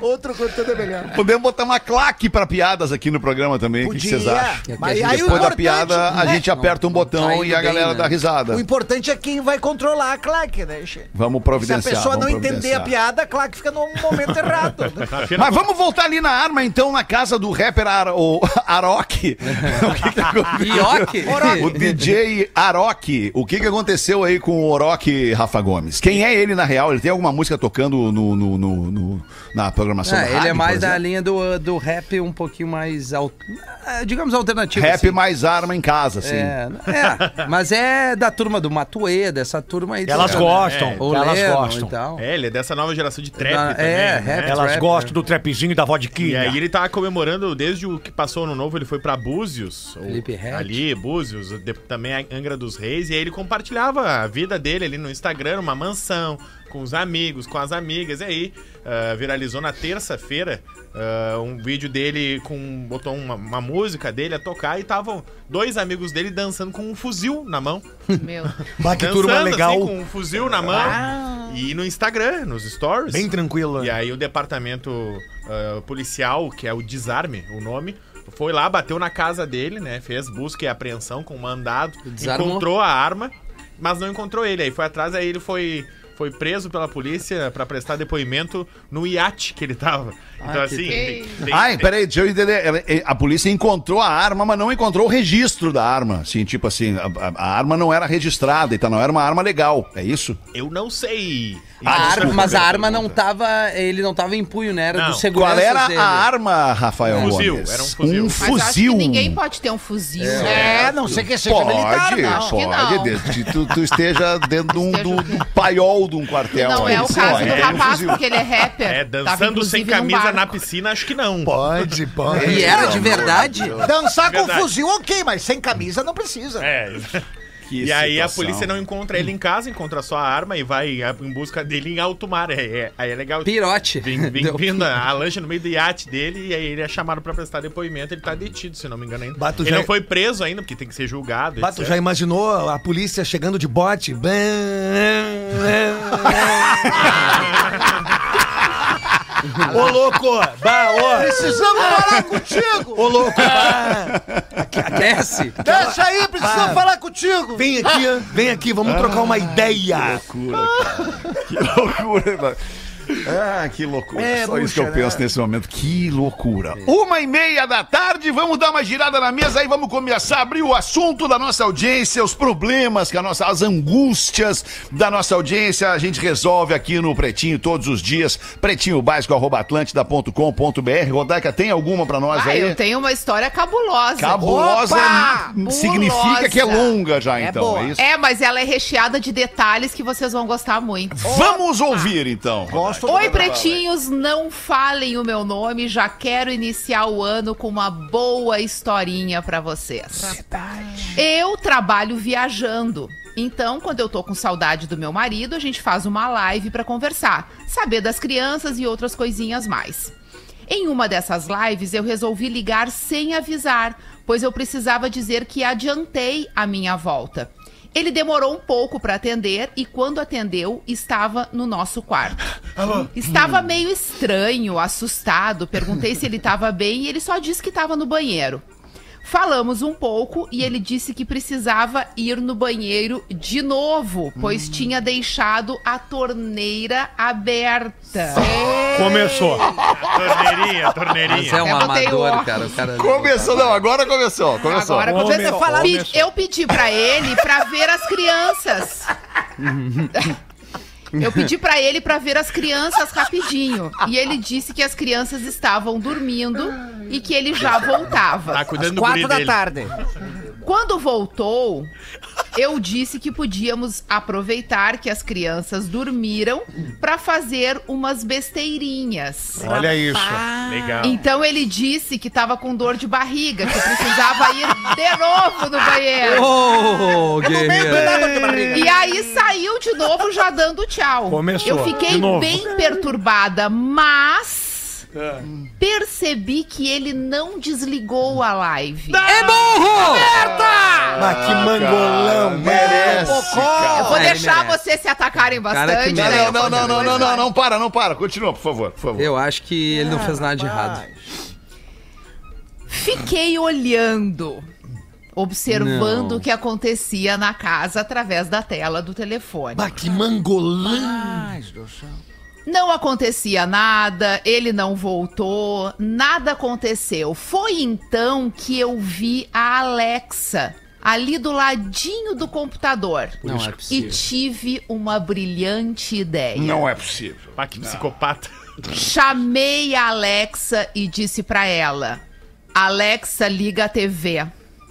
[SPEAKER 3] Outro conteúdo é melhor.
[SPEAKER 2] Podemos botar uma claque pra piadas aqui no programa também. O que que vocês acham?
[SPEAKER 5] É que a
[SPEAKER 3] Mas
[SPEAKER 5] gente-
[SPEAKER 3] aí o
[SPEAKER 2] Depois da
[SPEAKER 3] importante,
[SPEAKER 2] piada, a
[SPEAKER 3] né?
[SPEAKER 2] gente tá. aperta um
[SPEAKER 5] tá
[SPEAKER 2] botão
[SPEAKER 5] indo
[SPEAKER 2] e a
[SPEAKER 5] bem,
[SPEAKER 2] galera
[SPEAKER 5] né?
[SPEAKER 2] dá risada.
[SPEAKER 3] O importante é quem vai controlar a claque, né? Che?
[SPEAKER 2] Vamos
[SPEAKER 3] Se a
[SPEAKER 2] providenciar.
[SPEAKER 3] pessoa não
[SPEAKER 2] vamos
[SPEAKER 3] entender a
[SPEAKER 2] providenciar.
[SPEAKER 3] piada, a claque fica num momento errado. né?
[SPEAKER 2] (laughs) Mas vamos voltar ali na arma, então, na casa do rapper Ar o (laughs) Aroque. o que que aconteceu? (laughs)
[SPEAKER 5] Ioki?
[SPEAKER 2] O DJ Aroque. O que, que aconteceu aí com o Oroque Rafa Gomes? Quem é ele, na real? Ele tem alguma música tocando no, no- no- no- na programação
[SPEAKER 5] Ah,
[SPEAKER 2] da
[SPEAKER 5] ele
[SPEAKER 2] rádio,
[SPEAKER 5] é mais
[SPEAKER 2] por
[SPEAKER 5] da
[SPEAKER 2] exemplo?
[SPEAKER 5] linha do, do rap um pouquinho mais, al- ah, digamos, alternativo.
[SPEAKER 2] Rap um
[SPEAKER 5] assim.
[SPEAKER 2] mais arma em casa, assim.
[SPEAKER 5] É, é, mas é da turma do Matuê, dessa turma aí.
[SPEAKER 9] Elas
[SPEAKER 8] né?
[SPEAKER 5] do-
[SPEAKER 9] gostam,
[SPEAKER 5] O
[SPEAKER 9] elas
[SPEAKER 5] Lennon
[SPEAKER 9] gostam.
[SPEAKER 5] e tal.
[SPEAKER 8] É, ele é dessa nova geração de trap
[SPEAKER 5] Ah,
[SPEAKER 8] também.
[SPEAKER 5] é,
[SPEAKER 8] né?
[SPEAKER 5] rap.
[SPEAKER 9] Elas
[SPEAKER 5] Trapper.
[SPEAKER 9] gostam do trapzinho e da
[SPEAKER 8] E
[SPEAKER 9] vodquinha.
[SPEAKER 8] aí ele tava comemorando, desde o que passou ano novo, ele foi pra Búzios. ou
[SPEAKER 5] Felipehead.
[SPEAKER 8] Ali, Búzios, de- também a Angra dos Reis. E aí ele compartilhava a vida dele ali no Instagram, uma mansão, com os amigos, com as amigas. E aí ah, viralizou na terça-feira ah, um vídeo dele com. botou uma, uma música dele a tocar e estavam dois amigos dele dançando com um fuzil na mão.
[SPEAKER 2] (laughs)
[SPEAKER 7] Meu.
[SPEAKER 9] Bah, que turma
[SPEAKER 8] Dançando,
[SPEAKER 9] legal. Ah.
[SPEAKER 8] assim, com um fuzil na mão. E no Instagram, nos stories.
[SPEAKER 9] Bem tranquila.
[SPEAKER 8] E aí o departamento ah, policial, que é o Desarme, o nome, foi lá, bateu na casa dele, né? Fez busca e apreensão com mandado,
[SPEAKER 5] Desarmou.
[SPEAKER 8] encontrou a arma, mas não encontrou ele. Aí foi atrás, aí ele foi foi preso pela polícia pra prestar depoimento no iate que ele tava. Então
[SPEAKER 5] que
[SPEAKER 8] assim, tem, tem-
[SPEAKER 2] Ai, peraí, deixa eu entender. Ela- eh, A polícia encontrou a arma, mas não encontrou o registro da arma. Assim, tipo assim, a, a- a arma não era registrada, então não era uma arma legal. É isso?
[SPEAKER 8] eu não sei.
[SPEAKER 5] A
[SPEAKER 8] Isso é
[SPEAKER 5] arma-
[SPEAKER 8] foi
[SPEAKER 5] mas a
[SPEAKER 8] primeira
[SPEAKER 5] arma não tá-
[SPEAKER 8] pergunta.
[SPEAKER 5] tava. Ele não tava em punho, né? Era
[SPEAKER 8] Não.
[SPEAKER 5] do segurança.
[SPEAKER 2] Qual era
[SPEAKER 5] dele.
[SPEAKER 2] a arma, Rafael
[SPEAKER 8] Um fuzil,
[SPEAKER 2] Gomes?
[SPEAKER 8] era um fuzil.
[SPEAKER 2] Um
[SPEAKER 8] Mas
[SPEAKER 7] Mas eu acho que
[SPEAKER 2] fuzil.
[SPEAKER 7] ninguém pode ter um fuzil. né?
[SPEAKER 3] É, não sei que seja
[SPEAKER 2] Pode,
[SPEAKER 3] militar, né? não.
[SPEAKER 7] acho que não.
[SPEAKER 2] pode, desde que tu, tu esteja dentro de um,
[SPEAKER 7] Esteja
[SPEAKER 2] do,
[SPEAKER 7] o
[SPEAKER 2] do paiol de um quartel.
[SPEAKER 7] Não
[SPEAKER 2] aí,
[SPEAKER 7] é o
[SPEAKER 2] sei
[SPEAKER 7] caso
[SPEAKER 2] lá,
[SPEAKER 7] do
[SPEAKER 2] é,
[SPEAKER 7] rapaz,
[SPEAKER 2] fuzil.
[SPEAKER 7] porque ele é rapper.
[SPEAKER 8] É,
[SPEAKER 7] Tava,
[SPEAKER 8] dançando sem
[SPEAKER 7] inclusive, num
[SPEAKER 8] camisa na
[SPEAKER 7] barco.
[SPEAKER 8] piscina, acho que não.
[SPEAKER 9] Pode, pode.
[SPEAKER 5] E era de verdade?
[SPEAKER 3] Dançar com
[SPEAKER 8] Verdade.
[SPEAKER 3] fuzil, ok, mas sem camisa não precisa.
[SPEAKER 8] É.
[SPEAKER 2] Que
[SPEAKER 8] e aí a
[SPEAKER 2] situação.
[SPEAKER 8] polícia não encontra ele em casa, encontra só a arma e vai a- em busca dele em alto mar. É, é- aí é legal.
[SPEAKER 5] Pirote.
[SPEAKER 8] Vem, vem
[SPEAKER 5] (laughs) Deu-
[SPEAKER 8] vindo a, a lancha no meio do iate dele e aí ele é chamado pra prestar depoimento. Ele tá detido, se não me engano ainda.
[SPEAKER 9] Bato
[SPEAKER 8] ele
[SPEAKER 9] já-
[SPEAKER 8] não foi preso ainda, porque tem que ser julgado.
[SPEAKER 9] Bato,
[SPEAKER 8] etc.
[SPEAKER 9] já imaginou a polícia chegando de (laughs) bote? Bã, bã, bã. Ô louco! Bah, ô!
[SPEAKER 3] Precisamos falar contigo!
[SPEAKER 9] Ô louco! bah.
[SPEAKER 5] Desce.
[SPEAKER 3] Deixa aí, precisamos
[SPEAKER 9] Ah.
[SPEAKER 3] falar contigo!
[SPEAKER 9] Vem Ah. aqui, vem aqui, vamos trocar uma ideia!
[SPEAKER 2] Que loucura, mano. Ah, que loucura.
[SPEAKER 3] É,
[SPEAKER 2] Só isso que eu
[SPEAKER 3] bucha,
[SPEAKER 2] penso
[SPEAKER 3] né?
[SPEAKER 2] nesse momento. Que loucura. Uma e meia da tarde, vamos dar uma girada na mesa e vamos começar a abrir o assunto da nossa audiência, os problemas que a nossa, as angústias da nossa audiência, a gente resolve aqui no Pretinho todos os dias. Pretinho básico, arroba atlântida.com.br. Rodaica, tem alguma pra nós
[SPEAKER 7] Ah,
[SPEAKER 2] aí?
[SPEAKER 7] eu tenho uma história cabulosa.
[SPEAKER 2] Cabulosa
[SPEAKER 7] Opa!
[SPEAKER 2] significa
[SPEAKER 7] Bulosa.
[SPEAKER 2] que é longa já, então,
[SPEAKER 7] boa.
[SPEAKER 2] é isso?
[SPEAKER 7] É, mas ela é recheada de detalhes que vocês vão gostar muito.
[SPEAKER 2] Vamos ouvir, então.
[SPEAKER 3] Gosto
[SPEAKER 7] Oi,
[SPEAKER 3] do-
[SPEAKER 7] pretinhos, não falem o meu nome, já quero iniciar o ano com uma boa historinha pra vocês. Eu trabalho viajando. Então, quando eu tô com saudade do meu marido, a gente faz uma live pra conversar, saber das crianças e outras coisinhas mais. Em uma dessas lives, eu resolvi ligar sem avisar, pois eu precisava dizer que adiantei a minha volta. Ele demorou um pouco pra atender e quando atendeu, estava no nosso quarto. Estava meio estranho, assustado. Perguntei se ele estava bem e ele só disse que estava no banheiro. Falamos um pouco e ele disse que precisava ir no banheiro de novo, pois tinha deixado a torneira aberta.
[SPEAKER 9] Começou.
[SPEAKER 8] Torneirinha, torneirinha.
[SPEAKER 5] Mas é um
[SPEAKER 7] Eu botei o
[SPEAKER 5] amador,
[SPEAKER 7] óculos.
[SPEAKER 5] cara. O cara
[SPEAKER 2] Começou, não, agora começou. Começou.
[SPEAKER 7] Agora
[SPEAKER 9] Começou,
[SPEAKER 7] começou. Pe-
[SPEAKER 9] começou.
[SPEAKER 7] Eu pedi pra ele pra ver as crianças. Eu pedi pra ele pra ver as crianças rapidinho e ele disse que as crianças estavam dormindo e que ele já voltava.
[SPEAKER 8] Tá cuidando do guri
[SPEAKER 12] Quatro da
[SPEAKER 8] dele.
[SPEAKER 12] tarde.
[SPEAKER 7] Quando voltou, eu disse que podíamos aproveitar que as crianças dormiram pra fazer umas besteirinhas.
[SPEAKER 9] Olha isso.
[SPEAKER 8] Legal.
[SPEAKER 7] Então ele disse que tava com dor de barriga, que precisava ir de novo no banheiro.
[SPEAKER 5] Ô, guerreiro.
[SPEAKER 7] E aí saiu de novo já dando tchau.
[SPEAKER 9] Começou,
[SPEAKER 7] Eu fiquei
[SPEAKER 9] de novo. É.
[SPEAKER 7] bem perturbada, mas percebi que ele não desligou a live.
[SPEAKER 5] É burro!
[SPEAKER 9] tá!
[SPEAKER 12] Mas que mangolão,
[SPEAKER 9] Ah,
[SPEAKER 2] merece,
[SPEAKER 12] Mocó.
[SPEAKER 7] Eu vou
[SPEAKER 5] Ah, ele
[SPEAKER 7] deixar
[SPEAKER 5] merece.
[SPEAKER 7] vocês se atacarem
[SPEAKER 5] Cara é que
[SPEAKER 7] bastante.
[SPEAKER 2] Não,
[SPEAKER 7] né?
[SPEAKER 2] não, não, não, não, não, não, não, para, não para. Continua, por favor, por favor.
[SPEAKER 5] Eu acho que ele não fez nada de errado.
[SPEAKER 7] Ah, Fiquei olhando, observando
[SPEAKER 5] Não.
[SPEAKER 7] o que acontecia na casa através da tela do telefone.
[SPEAKER 12] Mas que mangolão.
[SPEAKER 7] Não acontecia nada, ele não voltou, nada aconteceu. Foi então que eu vi a Alexa ali do ladinho do computador.
[SPEAKER 5] Não é
[SPEAKER 7] e
[SPEAKER 5] possível.
[SPEAKER 7] tive uma brilhante ideia.
[SPEAKER 2] Não é possível.
[SPEAKER 8] Ah, que psicopata.
[SPEAKER 7] Chamei a Alexa e disse pra ela: "Alexa, liga a TV".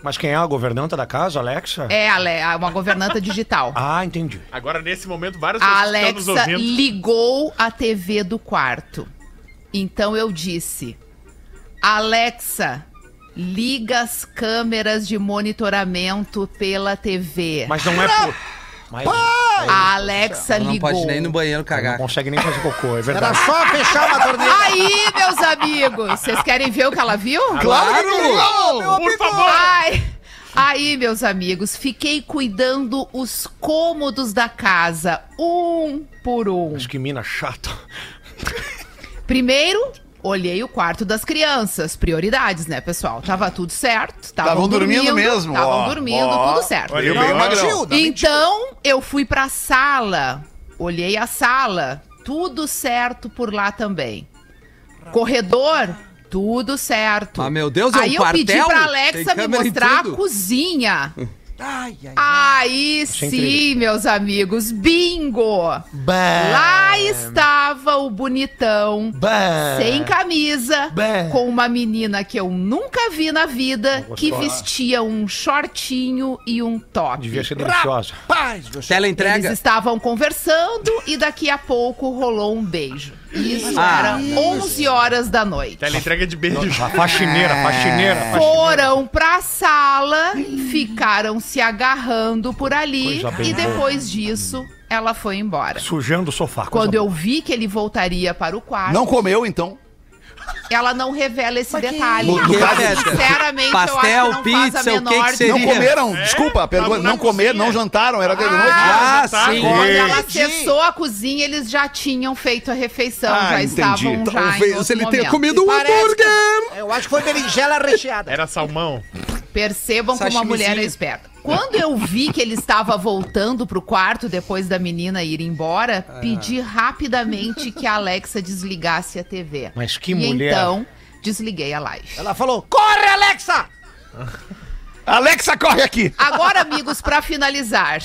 [SPEAKER 9] Mas quem é a governanta da casa, Alexa?
[SPEAKER 7] É, Ale, uma governanta digital.
[SPEAKER 9] Ah, entendi.
[SPEAKER 8] Agora, nesse momento, várias
[SPEAKER 7] A
[SPEAKER 8] pessoas estão nos
[SPEAKER 7] Alexa
[SPEAKER 8] ouvindo.
[SPEAKER 7] ligou a TV do quarto. Então eu disse: Alexa, liga as câmeras de monitoramento pela TV.
[SPEAKER 9] Mas não é por. Mas
[SPEAKER 7] a Alexa
[SPEAKER 5] Não
[SPEAKER 7] ligou.
[SPEAKER 5] pode nem ir no banheiro
[SPEAKER 9] não
[SPEAKER 5] cagar.
[SPEAKER 9] consegue nem fazer cocô, é
[SPEAKER 3] Era
[SPEAKER 9] verdade.
[SPEAKER 3] só fechar uma torneira.
[SPEAKER 7] Aí, meus amigos, vocês querem ver o que ela viu?
[SPEAKER 8] Por favor!
[SPEAKER 7] Ai. Aí, meus amigos, fiquei cuidando os cômodos da casa, um por um.
[SPEAKER 9] Mas que mina chata.
[SPEAKER 7] Primeiro, olhei o quarto das crianças. Prioridades, né, pessoal? Tava tudo certo.
[SPEAKER 2] Estavam
[SPEAKER 7] Estavam
[SPEAKER 2] dormindo mesmo,
[SPEAKER 7] Estavam
[SPEAKER 2] ó,
[SPEAKER 7] dormindo,
[SPEAKER 2] ó.
[SPEAKER 7] tudo certo.
[SPEAKER 2] Olha,
[SPEAKER 8] Não,
[SPEAKER 2] bem
[SPEAKER 8] não,
[SPEAKER 2] magrão.
[SPEAKER 7] Então, eu fui pra sala. Olhei a sala. Tudo certo por lá também. Corredor. Tudo certo.
[SPEAKER 5] Ah, meu Deus, é um
[SPEAKER 7] Aí eu pedi
[SPEAKER 5] quartel?
[SPEAKER 7] pra
[SPEAKER 5] Tem
[SPEAKER 7] Alexa me
[SPEAKER 5] câmera em
[SPEAKER 7] mostrar a
[SPEAKER 5] tudo.
[SPEAKER 7] cozinha.
[SPEAKER 12] (laughs) Ai, ai.
[SPEAKER 7] Aí sim,
[SPEAKER 9] incrível.
[SPEAKER 7] meus amigos. Bingo!
[SPEAKER 12] Bah,
[SPEAKER 7] Lá estava o bonitão,
[SPEAKER 12] bah.
[SPEAKER 7] sem camisa,
[SPEAKER 12] Bah.
[SPEAKER 7] com uma menina que eu nunca vi na vida, que vestia um shortinho e um
[SPEAKER 9] Devia
[SPEAKER 7] top.
[SPEAKER 9] ser deliciosa.
[SPEAKER 12] Paz do céu.
[SPEAKER 5] Tela
[SPEAKER 7] Eles
[SPEAKER 5] entrega.
[SPEAKER 7] estavam conversando e daqui a pouco rolou um beijo. Isso
[SPEAKER 5] Ah,
[SPEAKER 7] era 11 horas da noite.
[SPEAKER 8] Ela entrega de beijo.
[SPEAKER 9] A faxineira,
[SPEAKER 7] É.
[SPEAKER 9] a faxineira, a faxineira.
[SPEAKER 7] Foram pra sala, ficaram se agarrando por ali
[SPEAKER 9] Coisa bem
[SPEAKER 7] e
[SPEAKER 9] boa.
[SPEAKER 7] depois disso ela foi embora.
[SPEAKER 9] Sujando o sofá.
[SPEAKER 7] Quando eu vi que ele voltaria para o quarto,
[SPEAKER 2] Não comeu, então.
[SPEAKER 7] ela não revela esse detalhe.
[SPEAKER 5] No-
[SPEAKER 7] Mas,
[SPEAKER 5] no caso-
[SPEAKER 7] sinceramente, eu
[SPEAKER 5] Pastel,
[SPEAKER 7] acho que não
[SPEAKER 5] pizza,
[SPEAKER 7] faz a
[SPEAKER 5] o que que
[SPEAKER 7] menor
[SPEAKER 5] seria?
[SPEAKER 2] Não
[SPEAKER 5] Sim.
[SPEAKER 2] comeram, desculpa, a pergunta.
[SPEAKER 8] tava na
[SPEAKER 2] É? Não comer,
[SPEAKER 8] cozinha.
[SPEAKER 2] não jantaram, era de noite.
[SPEAKER 5] Ah,
[SPEAKER 8] tá
[SPEAKER 5] sim.
[SPEAKER 7] Quando ela
[SPEAKER 3] Entendi.
[SPEAKER 7] acessou a cozinha, eles já tinham feito a refeição,
[SPEAKER 2] Ah,
[SPEAKER 7] já
[SPEAKER 2] entendi.
[SPEAKER 7] estavam já em
[SPEAKER 5] Talvez
[SPEAKER 7] outro
[SPEAKER 5] ele tenha
[SPEAKER 7] momento.
[SPEAKER 5] comido um
[SPEAKER 3] Parece
[SPEAKER 5] hambúrguer.
[SPEAKER 3] que- Eu acho que foi berinjela recheada.
[SPEAKER 8] Era salmão.
[SPEAKER 7] Percebam como a mulher é
[SPEAKER 5] Sashimizinho.
[SPEAKER 7] esperta. Quando eu vi que ele estava voltando pro quarto depois da menina ir embora,
[SPEAKER 5] Ah.
[SPEAKER 7] pedi rapidamente que a Alexa desligasse a TV.
[SPEAKER 9] Mas que
[SPEAKER 7] e
[SPEAKER 9] mulher.
[SPEAKER 7] Então, desliguei a live.
[SPEAKER 3] Ela falou: corre, Alexa!
[SPEAKER 2] Alexa, corre aqui!
[SPEAKER 7] Agora, amigos, pra finalizar.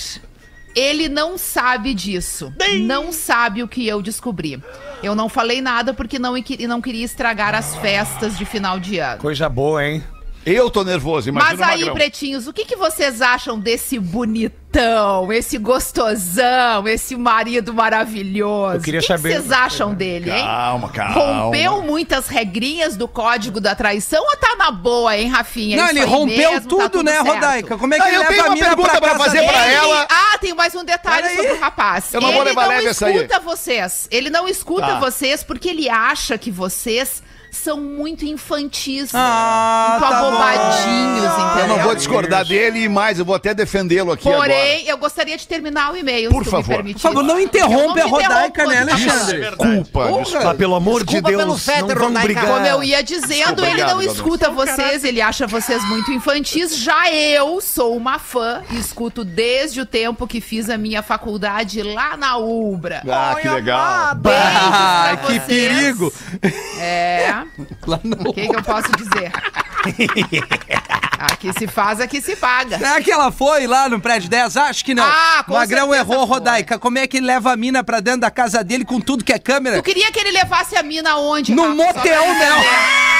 [SPEAKER 7] Ele não sabe disso. Não sabe o que eu descobri. Eu não falei nada porque não, e não queria estragar as festas de final de ano.
[SPEAKER 9] Coisa boa, hein?
[SPEAKER 2] Eu tô nervoso, imagina
[SPEAKER 7] Mas
[SPEAKER 2] o
[SPEAKER 7] aí,
[SPEAKER 2] Magrão.
[SPEAKER 7] pretinhos, o que, que vocês acham desse bonitão, esse gostosão, esse marido maravilhoso?
[SPEAKER 2] Eu queria
[SPEAKER 7] o que que
[SPEAKER 2] saber-
[SPEAKER 7] vocês acham dele, hein?
[SPEAKER 2] Calma, calma.
[SPEAKER 7] Rompeu muitas regrinhas do código da traição ou tá na boa, hein, Rafinha?
[SPEAKER 5] Não,
[SPEAKER 7] Isso
[SPEAKER 5] ele
[SPEAKER 7] aí
[SPEAKER 5] rompeu
[SPEAKER 7] mesmo, tá
[SPEAKER 5] tudo, né,
[SPEAKER 7] certo.
[SPEAKER 5] Rodaica? Como é que
[SPEAKER 2] Ah,
[SPEAKER 5] ele
[SPEAKER 2] eu
[SPEAKER 5] leva
[SPEAKER 2] tenho
[SPEAKER 5] a
[SPEAKER 2] uma
[SPEAKER 5] mina
[SPEAKER 2] pergunta
[SPEAKER 5] pra
[SPEAKER 2] pra
[SPEAKER 5] casa
[SPEAKER 2] fazer
[SPEAKER 5] dele?
[SPEAKER 2] É pra
[SPEAKER 7] Ele-
[SPEAKER 2] ela.
[SPEAKER 7] Ah, tem mais um detalhe
[SPEAKER 5] Peraí.
[SPEAKER 7] sobre o rapaz.
[SPEAKER 2] Eu não
[SPEAKER 7] ele
[SPEAKER 2] vou levar
[SPEAKER 7] não
[SPEAKER 2] leve essa aí.
[SPEAKER 7] escuta vocês. Ele não escuta
[SPEAKER 2] Tá.
[SPEAKER 7] vocês porque ele acha que vocês são muito infantis.
[SPEAKER 5] Ah,
[SPEAKER 7] muito
[SPEAKER 5] tá bom.
[SPEAKER 7] abobadinhos, entendeu?
[SPEAKER 2] Eu não vou discordar dele e mais, eu vou até defendê-lo aqui
[SPEAKER 7] Porém,
[SPEAKER 2] agora.
[SPEAKER 7] eu gostaria de terminar o e-mail,
[SPEAKER 2] Por
[SPEAKER 7] se tu
[SPEAKER 2] favor.
[SPEAKER 7] me permitir.
[SPEAKER 5] Por favor, não interrompe
[SPEAKER 7] Eu
[SPEAKER 5] a
[SPEAKER 7] não me
[SPEAKER 5] Rodaica,
[SPEAKER 7] interrompo,
[SPEAKER 5] né,
[SPEAKER 7] tá?
[SPEAKER 5] Alexandre?
[SPEAKER 2] Desculpa,
[SPEAKER 5] Porra.
[SPEAKER 2] desculpa.
[SPEAKER 9] Ah, pelo amor
[SPEAKER 3] Desculpa
[SPEAKER 9] de Deus,
[SPEAKER 3] pelo Fetter,
[SPEAKER 9] não vamos
[SPEAKER 3] Rodaica.
[SPEAKER 9] brigar.
[SPEAKER 7] Como eu ia dizendo,
[SPEAKER 2] Ah, Desculpa,
[SPEAKER 7] ele
[SPEAKER 2] obrigado,
[SPEAKER 7] não
[SPEAKER 2] Rodolfo.
[SPEAKER 7] escuta vocês, ele acha vocês muito infantis. Já eu sou uma fã e escuto desde o tempo que fiz a minha faculdade lá na Ubra.
[SPEAKER 2] Ah, que legal.
[SPEAKER 5] Bah,
[SPEAKER 7] pra
[SPEAKER 5] que
[SPEAKER 7] vocês.
[SPEAKER 5] perigo!
[SPEAKER 7] É.
[SPEAKER 5] (laughs) Lá
[SPEAKER 7] O
[SPEAKER 5] não.
[SPEAKER 7] que, que eu posso dizer? aqui se faz, aqui se paga.
[SPEAKER 5] Será É que ela foi lá no prédio 10? Acho que não.
[SPEAKER 7] Ah, com
[SPEAKER 5] Magrão
[SPEAKER 7] certeza
[SPEAKER 5] errou,
[SPEAKER 7] foi.
[SPEAKER 5] Rodaica. Como é que ele leva a mina pra dentro da casa dele com tudo que é câmera?
[SPEAKER 7] Tu queria que ele levasse a mina onde?
[SPEAKER 5] Num
[SPEAKER 7] Rafa? Só pra
[SPEAKER 5] motel,
[SPEAKER 7] eu
[SPEAKER 5] não.
[SPEAKER 7] entender.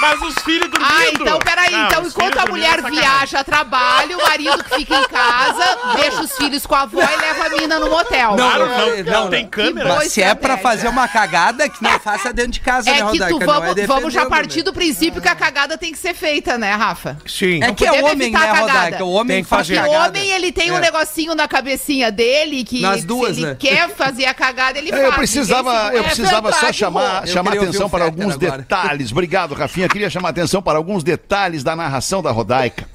[SPEAKER 8] Mas os filhos dormindo.
[SPEAKER 7] Ah, então peraí.
[SPEAKER 8] Não,
[SPEAKER 7] então,
[SPEAKER 8] os
[SPEAKER 7] enquanto
[SPEAKER 8] filhos
[SPEAKER 7] a mulher
[SPEAKER 8] dormindo é sacanagem.
[SPEAKER 7] viaja, trabalha, o marido que fica em casa, deixa os filhos com a avó e leva a mina no motel.
[SPEAKER 8] Claro, não, não, tem câmera.
[SPEAKER 7] boa
[SPEAKER 5] Mas se é pra
[SPEAKER 7] estratégia.
[SPEAKER 5] fazer uma cagada, que não faça dentro de casa, né,
[SPEAKER 7] É que
[SPEAKER 5] Rodaica?
[SPEAKER 7] tu
[SPEAKER 5] Não
[SPEAKER 7] vamos,
[SPEAKER 5] é
[SPEAKER 7] vamos já
[SPEAKER 5] defendendo,
[SPEAKER 7] partir
[SPEAKER 5] né?
[SPEAKER 7] do princípio que a cagada tem que ser feita, né, Rafa?
[SPEAKER 9] Sim.
[SPEAKER 5] É que é
[SPEAKER 7] podemos
[SPEAKER 5] homem,
[SPEAKER 7] evitar
[SPEAKER 5] né,
[SPEAKER 7] a cagada.
[SPEAKER 5] Rodaica? O homem
[SPEAKER 9] Tem que
[SPEAKER 5] faz
[SPEAKER 9] fazer.
[SPEAKER 7] E o
[SPEAKER 5] cagada.
[SPEAKER 7] homem, ele tem
[SPEAKER 5] É.
[SPEAKER 7] um negocinho na cabecinha dele que
[SPEAKER 5] Nas
[SPEAKER 7] se
[SPEAKER 5] duas,
[SPEAKER 7] ele
[SPEAKER 5] né?
[SPEAKER 7] quer fazer a cagada, ele faz.
[SPEAKER 2] É, Eu precisava,
[SPEAKER 7] Ninguém
[SPEAKER 2] eu
[SPEAKER 7] segura. É
[SPEAKER 2] precisava só
[SPEAKER 7] verdade,
[SPEAKER 2] chamar,
[SPEAKER 7] Rô.
[SPEAKER 5] Eu
[SPEAKER 2] chamar
[SPEAKER 5] queria ouvir
[SPEAKER 2] atenção
[SPEAKER 5] o
[SPEAKER 2] para
[SPEAKER 5] Fetter
[SPEAKER 2] alguns
[SPEAKER 5] agora.
[SPEAKER 2] detalhes. Obrigado, Rafinha. Queria chamar atenção para alguns detalhes da narração da Rodaica.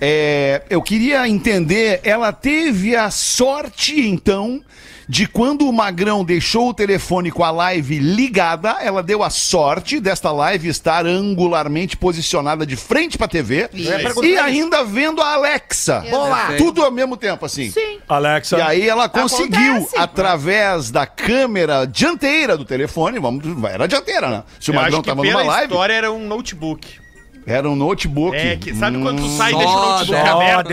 [SPEAKER 2] É, eu queria entender, ela teve a sorte, então, de quando o Magrão deixou o telefone com a live ligada, ela deu a sorte desta live estar angularmente posicionada de frente para a TV e ainda vendo a Alexa.
[SPEAKER 3] Boa!
[SPEAKER 2] Tudo ao mesmo tempo, assim.
[SPEAKER 7] Sim.
[SPEAKER 9] Alexa.
[SPEAKER 2] E aí ela conseguiu,
[SPEAKER 7] Acontece.
[SPEAKER 2] através da câmera dianteira do telefone, vamos, era dianteira, né? Se o
[SPEAKER 8] Eu acho
[SPEAKER 2] Magrão
[SPEAKER 8] que
[SPEAKER 2] tava
[SPEAKER 8] pela
[SPEAKER 2] numa live,
[SPEAKER 8] história era um notebook.
[SPEAKER 2] era um notebook.
[SPEAKER 8] É, que sabe quando tu
[SPEAKER 2] Hum,
[SPEAKER 8] sai e deixa o
[SPEAKER 5] Só
[SPEAKER 8] notebook
[SPEAKER 5] dela
[SPEAKER 8] aberto?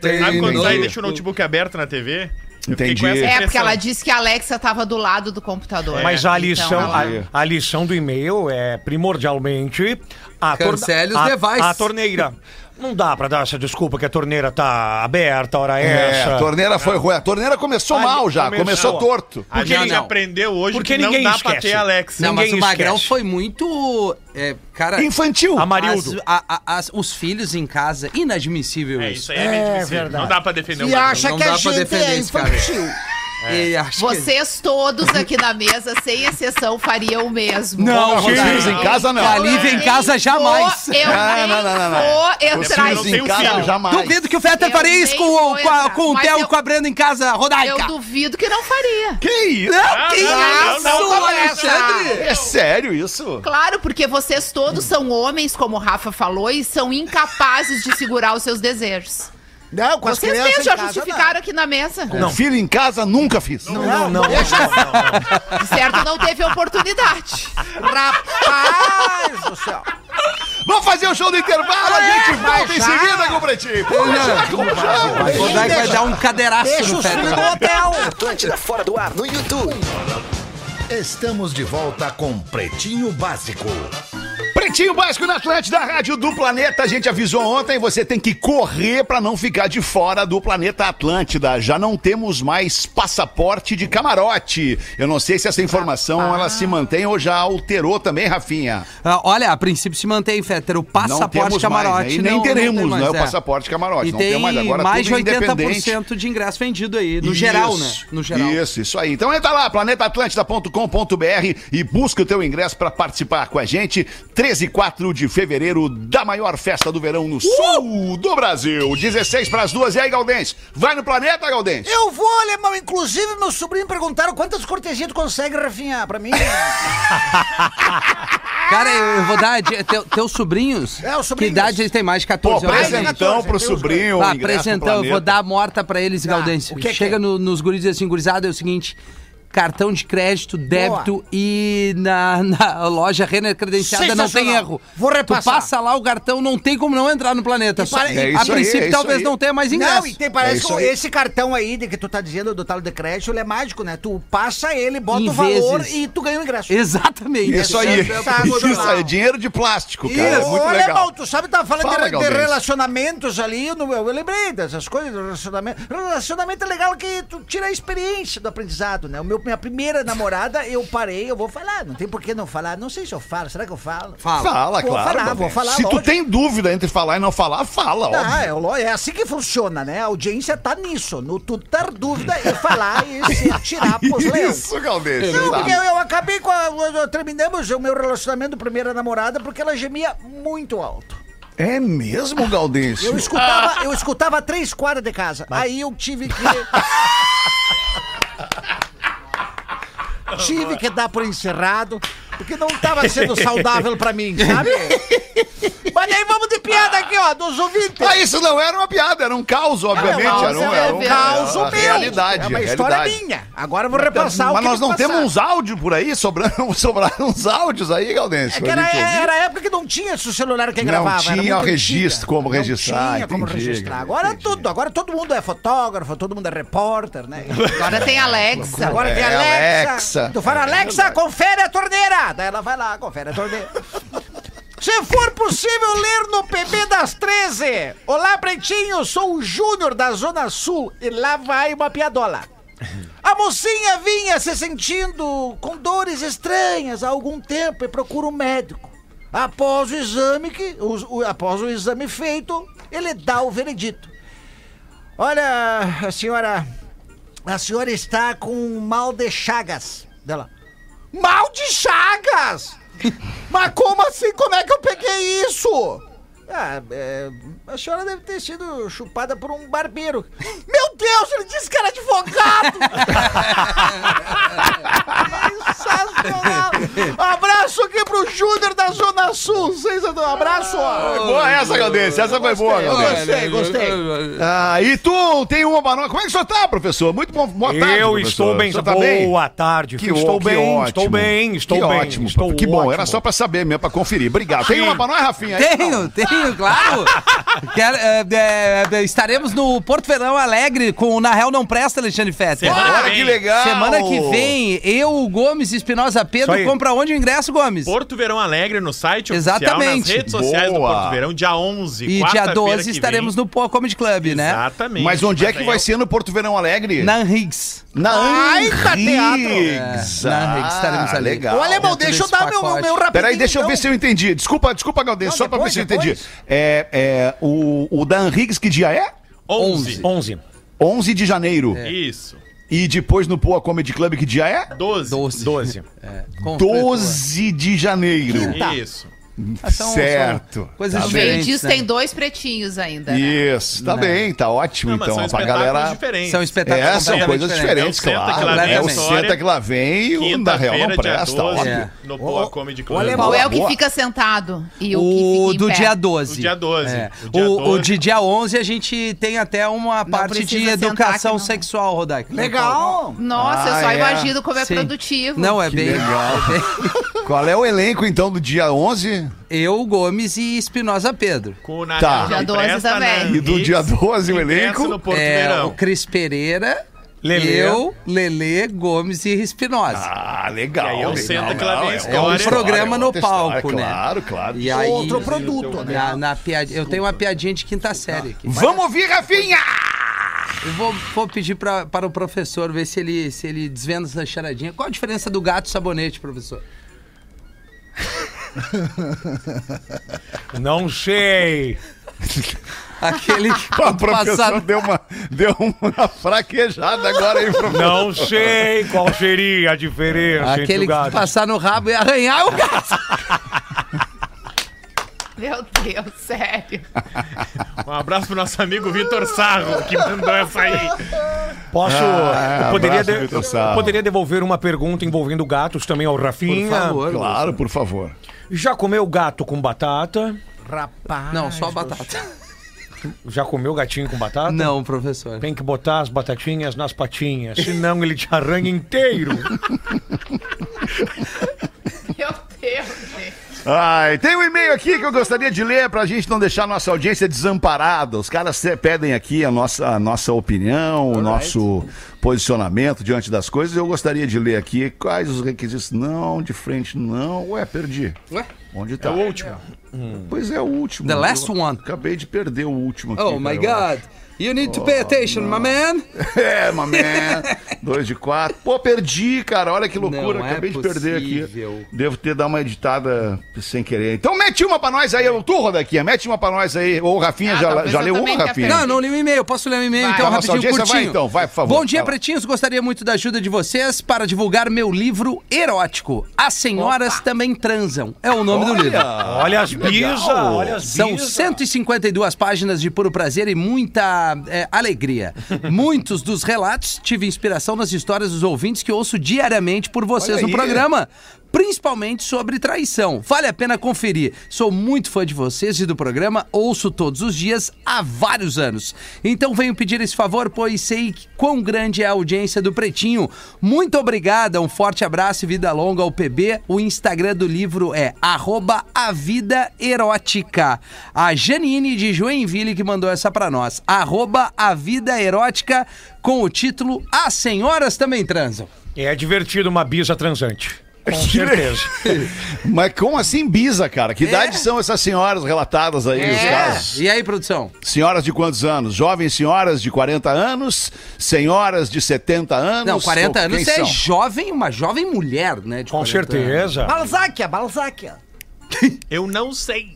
[SPEAKER 5] tem
[SPEAKER 8] Sabe quando sai e
[SPEAKER 5] notebook.
[SPEAKER 8] deixa o notebook aberto na TV? Eu fiquei
[SPEAKER 2] Entendi.
[SPEAKER 8] com essa
[SPEAKER 7] É, porque
[SPEAKER 8] impressão.
[SPEAKER 7] ela disse que a Alexa tava do lado do computador.
[SPEAKER 9] Mas a lição,
[SPEAKER 7] Então,
[SPEAKER 9] a-
[SPEAKER 7] ela-
[SPEAKER 9] a, lição do e-mail é primordialmente a, torne-
[SPEAKER 5] Cancele os
[SPEAKER 9] a-
[SPEAKER 5] devices.
[SPEAKER 9] a torneira. Não dá pra dar essa desculpa que a torneira tá aberta, hora
[SPEAKER 2] É,
[SPEAKER 9] essa.
[SPEAKER 2] a torneira foi ruim. A torneira começou
[SPEAKER 9] Ah,
[SPEAKER 2] mal já,
[SPEAKER 9] começou.
[SPEAKER 2] começou torto.
[SPEAKER 8] Porque
[SPEAKER 5] Ah, não,
[SPEAKER 8] a gente
[SPEAKER 5] não.
[SPEAKER 8] aprendeu hoje
[SPEAKER 9] Porque
[SPEAKER 8] que não
[SPEAKER 9] ninguém
[SPEAKER 8] dá pra
[SPEAKER 9] esquece.
[SPEAKER 8] ter Alexa.
[SPEAKER 5] Não, mas o
[SPEAKER 9] Ninguém
[SPEAKER 5] Magrão
[SPEAKER 9] esquece.
[SPEAKER 5] foi muito. é, cara.
[SPEAKER 2] Infantil.
[SPEAKER 9] A Marildo.
[SPEAKER 5] as- a- a- as- os filhos em casa, inadmissível
[SPEAKER 8] É,
[SPEAKER 5] isso.
[SPEAKER 8] isso aí é, inadmissível.
[SPEAKER 9] verdade.
[SPEAKER 8] Não dá pra defender
[SPEAKER 3] E
[SPEAKER 8] Magrão.
[SPEAKER 3] acha
[SPEAKER 5] não
[SPEAKER 3] que
[SPEAKER 5] dá
[SPEAKER 3] a
[SPEAKER 5] pra
[SPEAKER 3] gente
[SPEAKER 5] defender
[SPEAKER 3] é
[SPEAKER 5] esse cara.
[SPEAKER 3] infantil.
[SPEAKER 8] É.
[SPEAKER 5] E acho que-
[SPEAKER 7] Vocês todos aqui na mesa, sem exceção, fariam o mesmo.
[SPEAKER 9] Não,
[SPEAKER 2] Os filhos em casa não.
[SPEAKER 5] A Lívia em casa jamais.
[SPEAKER 7] Eu
[SPEAKER 2] Ah,
[SPEAKER 7] nem
[SPEAKER 2] não, não, não, não.
[SPEAKER 7] vou
[SPEAKER 2] Os
[SPEAKER 7] entrar
[SPEAKER 2] filhos
[SPEAKER 7] em
[SPEAKER 2] em casa
[SPEAKER 7] discussão.
[SPEAKER 2] jamais.
[SPEAKER 5] Duvido que o Fetter
[SPEAKER 7] Eu
[SPEAKER 5] faria isso
[SPEAKER 7] nem
[SPEAKER 5] com, o-
[SPEAKER 7] vou
[SPEAKER 5] com a-
[SPEAKER 7] entrar,
[SPEAKER 5] com o
[SPEAKER 7] mas
[SPEAKER 5] Theo e
[SPEAKER 7] eu-
[SPEAKER 5] com a Brenda em casa, Rodaica.
[SPEAKER 7] Eu duvido que não faria.
[SPEAKER 2] Que isso?
[SPEAKER 5] Não, que
[SPEAKER 8] não, não,
[SPEAKER 5] isso,
[SPEAKER 8] não,
[SPEAKER 7] não,
[SPEAKER 5] Alexandre?
[SPEAKER 2] É sério isso?
[SPEAKER 7] Claro, porque vocês todos são homens, como o Rafa falou, e são incapazes de segurar os seus desejos.
[SPEAKER 3] Não, com as
[SPEAKER 7] Vocês
[SPEAKER 3] crianças
[SPEAKER 7] mesmos
[SPEAKER 3] em
[SPEAKER 7] já
[SPEAKER 3] casa,
[SPEAKER 7] justificaram aqui na mesa.
[SPEAKER 2] Não. Filho em casa nunca fiz.
[SPEAKER 9] Não, não, não.
[SPEAKER 7] De certo, não teve oportunidade.
[SPEAKER 3] não. Rapaz do céu.
[SPEAKER 2] Vamos fazer o show do intervalo, a gente volta em seguida com o Pretinho.
[SPEAKER 5] Rodaica vai dar um cadeiraço
[SPEAKER 3] Deixa
[SPEAKER 5] no
[SPEAKER 3] os filhos
[SPEAKER 5] Fetter.
[SPEAKER 3] no
[SPEAKER 5] né?
[SPEAKER 3] hotel.
[SPEAKER 11] Atlântida fora do ar no YouTube. Estamos de volta com Pretinho Básico.
[SPEAKER 2] Pretinho Básico na Atlântida, Rádio do Planeta. A gente avisou ontem, você tem que correr pra não ficar de fora do planeta Atlântida. Já não temos mais passaporte de camarote. Eu não sei se essa informação ela se mantém ou já alterou também, Rafinha.
[SPEAKER 5] Ah, Olha, a princípio se mantém, Fetter, o
[SPEAKER 2] não
[SPEAKER 5] passaporte
[SPEAKER 2] temos
[SPEAKER 5] camarote.
[SPEAKER 2] mais, né? E nem
[SPEAKER 5] não- não
[SPEAKER 2] teremos,
[SPEAKER 5] tem
[SPEAKER 2] não
[SPEAKER 5] mais,
[SPEAKER 2] é o passaporte camarote.
[SPEAKER 5] E
[SPEAKER 2] não
[SPEAKER 5] tem
[SPEAKER 2] tem mais agora,
[SPEAKER 5] mais de
[SPEAKER 2] tudo independente.
[SPEAKER 5] 80% de ingresso vendido aí, no geral, né?
[SPEAKER 2] Isso,
[SPEAKER 5] No geral.
[SPEAKER 2] Isso, isso aí. Então entra lá, planetaatlântida.com.br e busca o teu ingresso para participar com a gente. 13 e 4 de fevereiro, da maior festa do verão no sul do Brasil. 16 para as duas. E aí, Galdêncio? Vai no planeta, Galdêncio?
[SPEAKER 3] Eu vou, alemão. Inclusive, meu sobrinho perguntaram quantas cortesias tu consegue, Rafinha, pra mim.
[SPEAKER 5] Cara, eu, eu vou dar. a dica. Teu- teus sobrinhos?
[SPEAKER 3] É, os sobrinhos.
[SPEAKER 5] Que idade eles têm? Mais de 14
[SPEAKER 2] Pô,
[SPEAKER 5] anos?
[SPEAKER 3] então
[SPEAKER 2] presentão pro sobrinho,
[SPEAKER 5] Tá,
[SPEAKER 2] ingresso pro
[SPEAKER 5] apresentando, eu vou
[SPEAKER 2] planeta.
[SPEAKER 5] dar a morta pra eles, Gaudêncio.
[SPEAKER 3] o que que
[SPEAKER 5] Chega
[SPEAKER 3] é?
[SPEAKER 5] no- nos guris e diz assim, gurizada, é o seguinte... Cartão de crédito, débito e na, na loja Renner credenciada não tem
[SPEAKER 3] Sensacional.
[SPEAKER 5] erro.
[SPEAKER 3] Vou repassar.
[SPEAKER 5] Tu passa lá o cartão, não tem como não entrar no planeta. Só-
[SPEAKER 3] pare- É
[SPEAKER 5] a
[SPEAKER 2] isso aí,
[SPEAKER 5] princípio
[SPEAKER 2] é isso
[SPEAKER 5] talvez
[SPEAKER 2] aí.
[SPEAKER 5] não tenha mais ingresso.
[SPEAKER 3] Não, e tem, parece
[SPEAKER 2] É isso
[SPEAKER 3] que
[SPEAKER 2] aí.
[SPEAKER 3] esse cartão aí de que tu tá dizendo do tal de crédito, ele é mágico, né? Tu passa ele, bota
[SPEAKER 5] Em
[SPEAKER 3] o valor
[SPEAKER 5] vezes.
[SPEAKER 3] e tu ganha o ingresso.
[SPEAKER 5] (laughs) Exatamente.
[SPEAKER 2] Isso aí.
[SPEAKER 3] é Sensacional.
[SPEAKER 2] Isso aí, dinheiro de plástico, cara. é
[SPEAKER 3] Isso.
[SPEAKER 2] Muito
[SPEAKER 3] Ô,
[SPEAKER 2] legal.
[SPEAKER 3] Alemão, tu sabe, tava falando
[SPEAKER 2] Fala,
[SPEAKER 3] de, de
[SPEAKER 2] Galdêncio.
[SPEAKER 3] relacionamentos ali, eu, não- eu lembrei dessas coisas, do relacionamento. Relacionamento é legal que tu tira a experiência do aprendizado, né? O meu, minha primeira namorada, eu parei, eu vou falar, não tem por que não falar, não sei se eu falo, será que eu falo?
[SPEAKER 5] Fala.
[SPEAKER 2] Fala,
[SPEAKER 3] Vou
[SPEAKER 2] claro.
[SPEAKER 3] falar,
[SPEAKER 2] Galdêncio.
[SPEAKER 3] vou falar,
[SPEAKER 2] Se tu
[SPEAKER 3] lógico.
[SPEAKER 2] tem dúvida entre falar e não falar, fala, óbvio.
[SPEAKER 3] Ah, é, o lo- é assim que funciona, né? A audiência tá nisso, no tu ter dúvida e falar
[SPEAKER 2] (laughs)
[SPEAKER 3] e se tirar pros leões.
[SPEAKER 2] Isso, Galdêncio.
[SPEAKER 3] Não,
[SPEAKER 2] tá.
[SPEAKER 3] porque eu, eu acabei com a. eu- eu- terminamos o meu relacionamento com a primeira namorada porque ela gemia muito alto.
[SPEAKER 2] É mesmo, Galdêncio?
[SPEAKER 3] Eu escutava, eu escutava a três quadras de casa. Aí eu tive (laughs) que. tive que dar por encerrado, porque não estava sendo saudável pra mim, sabe? (laughs) Mas aí vamos de piada aqui, ó, dos ouvintes.
[SPEAKER 2] Ah, isso não era uma piada, era um caos, obviamente.
[SPEAKER 3] Não,
[SPEAKER 2] era um,
[SPEAKER 3] mas
[SPEAKER 2] era
[SPEAKER 3] é
[SPEAKER 2] um
[SPEAKER 3] um caos
[SPEAKER 2] era uma
[SPEAKER 3] meu.
[SPEAKER 2] Realidade.
[SPEAKER 3] É uma
[SPEAKER 2] realidade.
[SPEAKER 3] história minha. Agora eu vou repassar o
[SPEAKER 2] Mas
[SPEAKER 3] que
[SPEAKER 2] nós
[SPEAKER 3] tem
[SPEAKER 2] não
[SPEAKER 3] que
[SPEAKER 2] temos
[SPEAKER 3] passar.
[SPEAKER 2] uns áudios por aí? Sobraram, (laughs) sobraram uns áudios aí, Gaudêncio?
[SPEAKER 3] É que
[SPEAKER 2] pra
[SPEAKER 3] era,
[SPEAKER 2] gente ouvir?
[SPEAKER 3] era a época que não tinha esse celular que
[SPEAKER 2] Não
[SPEAKER 3] gravava.
[SPEAKER 2] tinha
[SPEAKER 3] era muito antiga.
[SPEAKER 2] registro como registrar,
[SPEAKER 3] Não tinha como
[SPEAKER 2] entendi,
[SPEAKER 3] registrar.
[SPEAKER 2] cara,
[SPEAKER 3] Agora é
[SPEAKER 2] entendi.
[SPEAKER 3] tudo. Agora todo mundo é fotógrafo, todo mundo é repórter, (laughs) né?
[SPEAKER 7] Agora tem Alexa.
[SPEAKER 3] Agora tem
[SPEAKER 2] É,
[SPEAKER 3] Alexa.
[SPEAKER 2] Alexa.
[SPEAKER 3] Tu fala,
[SPEAKER 2] É
[SPEAKER 3] Alexa,
[SPEAKER 2] verdade.
[SPEAKER 3] confere a torneira. Daí ela vai lá, confere a
[SPEAKER 2] (laughs)
[SPEAKER 3] torneira. Se for possível ler no PB das 13. Olá, pretinho, sou o Júnior da Zona Sul e lá vai uma
[SPEAKER 2] (laughs)
[SPEAKER 3] piadola. A mocinha vinha se sentindo com dores estranhas há algum tempo e procura um médico. Após o exame que, o- o- após o exame feito, ele dá o veredito. Olha, a senhora, a senhora está com um mal de chagas. Dela. Mal de (laughs) chagas? Mas como assim? Como é que eu peguei isso? Ah, é, a senhora deve ter sido chupada por um barbeiro. (laughs) Meu Deus, ele disse que era advogado! (laughs) Sensacional! Abraço aqui pro Júnior da Zona Sul. Sensacional. Abraço! ó.
[SPEAKER 2] Boa essa, Gaudêncio. Essa foi boa, Gaudêncio.
[SPEAKER 3] Gostei, gostei.
[SPEAKER 2] Ah, e tu tem uma pra nós. Como é que o senhor tá, professor? Muito bom. Boa tarde,
[SPEAKER 9] eu
[SPEAKER 2] professor.
[SPEAKER 9] estou bem.
[SPEAKER 2] O senhor tá bem?
[SPEAKER 9] Boa tarde.
[SPEAKER 2] Que,
[SPEAKER 9] filho.
[SPEAKER 2] ó-
[SPEAKER 9] estou,
[SPEAKER 2] que
[SPEAKER 9] bem,
[SPEAKER 2] ótimo.
[SPEAKER 9] estou bem, estou
[SPEAKER 2] que
[SPEAKER 9] bem,
[SPEAKER 2] ótimo.
[SPEAKER 9] estou
[SPEAKER 2] que bom, era
[SPEAKER 9] ótimo.
[SPEAKER 2] só pra saber mesmo, pra conferir. Obrigado. Tem
[SPEAKER 9] Sim.
[SPEAKER 2] uma pra nós, Rafinha? Aí, então? não.
[SPEAKER 5] Tenho, tenho, claro. Quero, é, é, é, estaremos no Porto Verão Alegre com o Na Real Não Presta, Alexandre Fetter.
[SPEAKER 8] Semana
[SPEAKER 2] Olha
[SPEAKER 8] que
[SPEAKER 2] que
[SPEAKER 8] vem.
[SPEAKER 2] legal.
[SPEAKER 5] Semana que vem, eu, o Gomes Espinosa
[SPEAKER 9] Isso
[SPEAKER 5] Pedro,
[SPEAKER 9] aí.
[SPEAKER 5] compra onde o ingresso, Gomes?
[SPEAKER 8] Porto Verão Alegre no site oficial, nas
[SPEAKER 5] Exatamente.
[SPEAKER 8] redes sociais
[SPEAKER 2] Boa.
[SPEAKER 8] do Porto Verão, dia 11,
[SPEAKER 5] E dia 12 estaremos no Pô Comedy Club, né?
[SPEAKER 8] Exatamente.
[SPEAKER 2] Mas onde é
[SPEAKER 8] aí
[SPEAKER 2] que vai
[SPEAKER 8] eu-
[SPEAKER 2] ser no Porto Verão Alegre?
[SPEAKER 5] Na Riggs.
[SPEAKER 2] Na
[SPEAKER 3] Ai, tá teatro.
[SPEAKER 2] Riggs.
[SPEAKER 5] É, na Riggs estaremos
[SPEAKER 2] Ah,
[SPEAKER 5] ali.
[SPEAKER 2] Legal.
[SPEAKER 3] Ô, alemão,
[SPEAKER 5] Dentro
[SPEAKER 3] deixa eu
[SPEAKER 5] desse
[SPEAKER 3] dar meu,
[SPEAKER 5] pacote.
[SPEAKER 3] meu rapidinho.
[SPEAKER 2] Peraí, deixa eu
[SPEAKER 3] então.
[SPEAKER 2] ver se eu entendi. Desculpa, desculpa, Galdêncio,
[SPEAKER 3] Não,
[SPEAKER 2] só pra ver
[SPEAKER 3] depois,
[SPEAKER 2] se eu
[SPEAKER 3] depois.
[SPEAKER 2] entendi. É, é, o, o Dan Riggs, que dia é?
[SPEAKER 8] 11.
[SPEAKER 9] 11.
[SPEAKER 2] 11 de janeiro.
[SPEAKER 3] É.
[SPEAKER 8] Isso.
[SPEAKER 2] E depois no Poa Comedy Club, que dia é?
[SPEAKER 8] 12.
[SPEAKER 5] 12.
[SPEAKER 9] 12.
[SPEAKER 5] É, com-
[SPEAKER 2] 12 de janeiro. Tá
[SPEAKER 8] Isso.
[SPEAKER 2] Então,
[SPEAKER 5] Ah, são- são
[SPEAKER 2] certo.
[SPEAKER 5] Coisas
[SPEAKER 2] Tá
[SPEAKER 7] Os meio-dias
[SPEAKER 5] diferentes. né?
[SPEAKER 7] tem dois pretinhos ainda. né?
[SPEAKER 2] Isso, tá bem, tá ótimo.
[SPEAKER 8] Não, mas
[SPEAKER 2] então,
[SPEAKER 8] são
[SPEAKER 2] pra
[SPEAKER 8] espetáculos
[SPEAKER 2] galera.
[SPEAKER 8] diferentes.
[SPEAKER 5] São espetáculos
[SPEAKER 2] É, são
[SPEAKER 5] completamente
[SPEAKER 2] coisas diferentes,
[SPEAKER 8] É o Senta
[SPEAKER 2] claro.
[SPEAKER 8] que Lá Vem
[SPEAKER 2] é o
[SPEAKER 8] a história.
[SPEAKER 2] senta que lá vem e o na real não
[SPEAKER 8] Quinta-feira, dia
[SPEAKER 2] presta,
[SPEAKER 8] 12,
[SPEAKER 2] óbvio.
[SPEAKER 5] É.
[SPEAKER 8] No Boa Comedy Club.
[SPEAKER 3] alemão,
[SPEAKER 7] Qual é o que
[SPEAKER 2] Boa.
[SPEAKER 7] fica sentado e o,
[SPEAKER 5] O
[SPEAKER 7] que fica em
[SPEAKER 5] do
[SPEAKER 7] pé?
[SPEAKER 5] dia
[SPEAKER 8] O
[SPEAKER 5] 12.
[SPEAKER 8] dia 12.
[SPEAKER 5] É.
[SPEAKER 8] O
[SPEAKER 5] O,
[SPEAKER 8] dia 12.
[SPEAKER 5] o de dia 11 a gente tem até uma parte de
[SPEAKER 7] precisa sentar
[SPEAKER 5] educação
[SPEAKER 7] aqui, não. é.
[SPEAKER 5] sexual, é Rodak.
[SPEAKER 3] Legal!
[SPEAKER 7] Nossa,
[SPEAKER 2] Ah,
[SPEAKER 7] eu só
[SPEAKER 2] é.
[SPEAKER 7] imagino como é
[SPEAKER 5] Sim.
[SPEAKER 7] produtivo.
[SPEAKER 5] Não, é bem
[SPEAKER 2] legal. Qual é o elenco, então, do dia 11?
[SPEAKER 5] Eu, Gomes e Espinosa Pedro.
[SPEAKER 8] Com o Natal.
[SPEAKER 2] Tá.
[SPEAKER 8] não
[SPEAKER 7] Dia 12
[SPEAKER 8] presta,
[SPEAKER 7] também.
[SPEAKER 8] né?
[SPEAKER 2] E do dia 12 o
[SPEAKER 8] Ingresso
[SPEAKER 2] elenco?
[SPEAKER 8] no Porto
[SPEAKER 5] É, o
[SPEAKER 8] Verão.
[SPEAKER 5] Cris Pereira,
[SPEAKER 9] Lelê.
[SPEAKER 5] eu, Lelê, Gomes e Espinosa.
[SPEAKER 2] Ah, legal.
[SPEAKER 8] E aí é um
[SPEAKER 2] legal,
[SPEAKER 8] senta que lá
[SPEAKER 2] legal,
[SPEAKER 8] vem a
[SPEAKER 2] outra
[SPEAKER 8] história.
[SPEAKER 2] história,
[SPEAKER 5] É um programa no
[SPEAKER 2] é outra história,
[SPEAKER 5] palco, né?
[SPEAKER 2] Claro, claro.
[SPEAKER 5] e aí,
[SPEAKER 3] Outro produto, né?
[SPEAKER 5] na, na piad- Eu tenho uma piadinha de quinta série aqui.
[SPEAKER 2] Vamos ouvir, Rafinha!
[SPEAKER 5] Eu vou, vou pedir pra, para o professor ver se ele, se ele desvenda essa charadinha. Qual a diferença do gato e sabonete, professor?
[SPEAKER 9] Não sei.
[SPEAKER 5] Aquele que
[SPEAKER 2] Pô, O
[SPEAKER 5] quando
[SPEAKER 2] professor
[SPEAKER 5] passar-
[SPEAKER 2] deu, uma, deu uma (laughs) fraquejada agora, hein, professor?
[SPEAKER 9] Não sei qual seria a diferença entre
[SPEAKER 5] Aquele
[SPEAKER 9] o
[SPEAKER 5] que
[SPEAKER 9] gato.
[SPEAKER 5] passar no rabo e arranhar o gato.
[SPEAKER 7] Meu Deus, sério.
[SPEAKER 8] Um abraço pro nosso amigo Vitor Sarro, que mandou essa aí.
[SPEAKER 9] Posso.
[SPEAKER 8] é,
[SPEAKER 2] Ah,
[SPEAKER 9] eu, poderia
[SPEAKER 2] abraço,
[SPEAKER 9] de-
[SPEAKER 2] Vitor Sarro.
[SPEAKER 9] eu poderia devolver uma pergunta envolvendo gatos também ao Rafinha.
[SPEAKER 2] Claro, por favor.
[SPEAKER 9] Já comeu gato com batata?
[SPEAKER 13] Rapaz.
[SPEAKER 5] Não, só batata.
[SPEAKER 9] Já comeu gatinho com batata?
[SPEAKER 5] Não, professor.
[SPEAKER 9] Tem que botar as batatinhas nas patinhas, senão ele te arranha inteiro.
[SPEAKER 7] Meu Deus, gente.
[SPEAKER 2] Ai, tem um e-mail aqui que eu gostaria de ler pra gente não deixar a nossa audiência desamparada. Os caras se- pedem aqui a nossa, a nossa opinião, o nosso posicionamento diante das coisas. Eu gostaria de ler aqui quais os requisitos. Não, de frente não. Ué, perdi.
[SPEAKER 5] Ué?
[SPEAKER 2] Onde tá?
[SPEAKER 8] É o último.
[SPEAKER 2] Pois é, o último.
[SPEAKER 5] The last
[SPEAKER 2] Eu
[SPEAKER 5] one.
[SPEAKER 2] Acabei de perder o último aqui.
[SPEAKER 5] Oh my
[SPEAKER 2] cara, eu
[SPEAKER 5] god. You need to pay attention, my man.
[SPEAKER 2] acho. É, mamé. Dois de quatro. Pô, perdi, cara. Olha que loucura.
[SPEAKER 5] Não é
[SPEAKER 2] Acabei de perder
[SPEAKER 5] possível.
[SPEAKER 2] aqui. Devo ter dado uma editada sem querer. Então mete uma pra nós aí, eu tô, Rodaquinha. Mete uma pra nós aí. Ô, Rafinha,
[SPEAKER 7] Ah,
[SPEAKER 2] já,
[SPEAKER 7] talvez
[SPEAKER 2] já
[SPEAKER 7] eu
[SPEAKER 2] leu
[SPEAKER 7] também
[SPEAKER 2] uma,
[SPEAKER 7] tenha
[SPEAKER 2] Rafinha?
[SPEAKER 7] perdido.
[SPEAKER 2] (laughs)
[SPEAKER 5] Não, não li o e-mail. Posso ler o e-mail
[SPEAKER 7] Vai.
[SPEAKER 5] então,
[SPEAKER 2] Nossa
[SPEAKER 5] rapidinho,
[SPEAKER 2] audiência,
[SPEAKER 5] curtinho.
[SPEAKER 2] vai então, vai, por favor.
[SPEAKER 5] Bom dia,
[SPEAKER 2] Fala.
[SPEAKER 5] pretinhos. Gostaria muito da ajuda de vocês para divulgar meu livro erótico. As Senhoras Também Transam. É o nome do livro.
[SPEAKER 8] Ah,
[SPEAKER 9] olha as bisas, olha as
[SPEAKER 5] São
[SPEAKER 9] bisas.
[SPEAKER 5] 152 páginas de puro prazer e muita
[SPEAKER 2] (laughs)
[SPEAKER 5] é, alegria. Muitos dos relatos tive inspiração nas histórias dos ouvintes que ouço diariamente por vocês
[SPEAKER 2] Olha
[SPEAKER 5] no
[SPEAKER 2] aí.
[SPEAKER 5] programa. Principalmente sobre traição. Vale a pena conferir. Sou muito fã de vocês e do programa, ouço todos os dias há vários anos. Então venho pedir esse favor, pois sei quão grande é a audiência do Pretinho. Muito obrigada, um forte abraço e vida longa ao PB. O Instagram do livro é arroba a vida erótica. A Janine de Joinville que mandou essa pra nós. Arroba a vida erótica com o título As Senhoras Também Transam.
[SPEAKER 9] É divertido uma bisa transante.
[SPEAKER 8] (laughs)
[SPEAKER 9] Com
[SPEAKER 5] (laughs)
[SPEAKER 9] certeza.
[SPEAKER 2] Mas como assim bisa, cara? Que idade são essas senhoras relatadas aí, os casos?
[SPEAKER 5] E aí, produção?
[SPEAKER 2] Senhoras de quantos anos? Jovens senhoras de 40 anos? Senhoras de 70 anos?
[SPEAKER 5] Não, 40
[SPEAKER 2] Ou
[SPEAKER 5] anos
[SPEAKER 2] quem
[SPEAKER 5] você é
[SPEAKER 2] são?
[SPEAKER 5] jovem, uma jovem mulher, né? de
[SPEAKER 9] Com
[SPEAKER 8] tá.
[SPEAKER 5] 40 anos.
[SPEAKER 9] certeza. Ah,
[SPEAKER 3] Balzáquia, Balzáquia.
[SPEAKER 8] Eu não sei.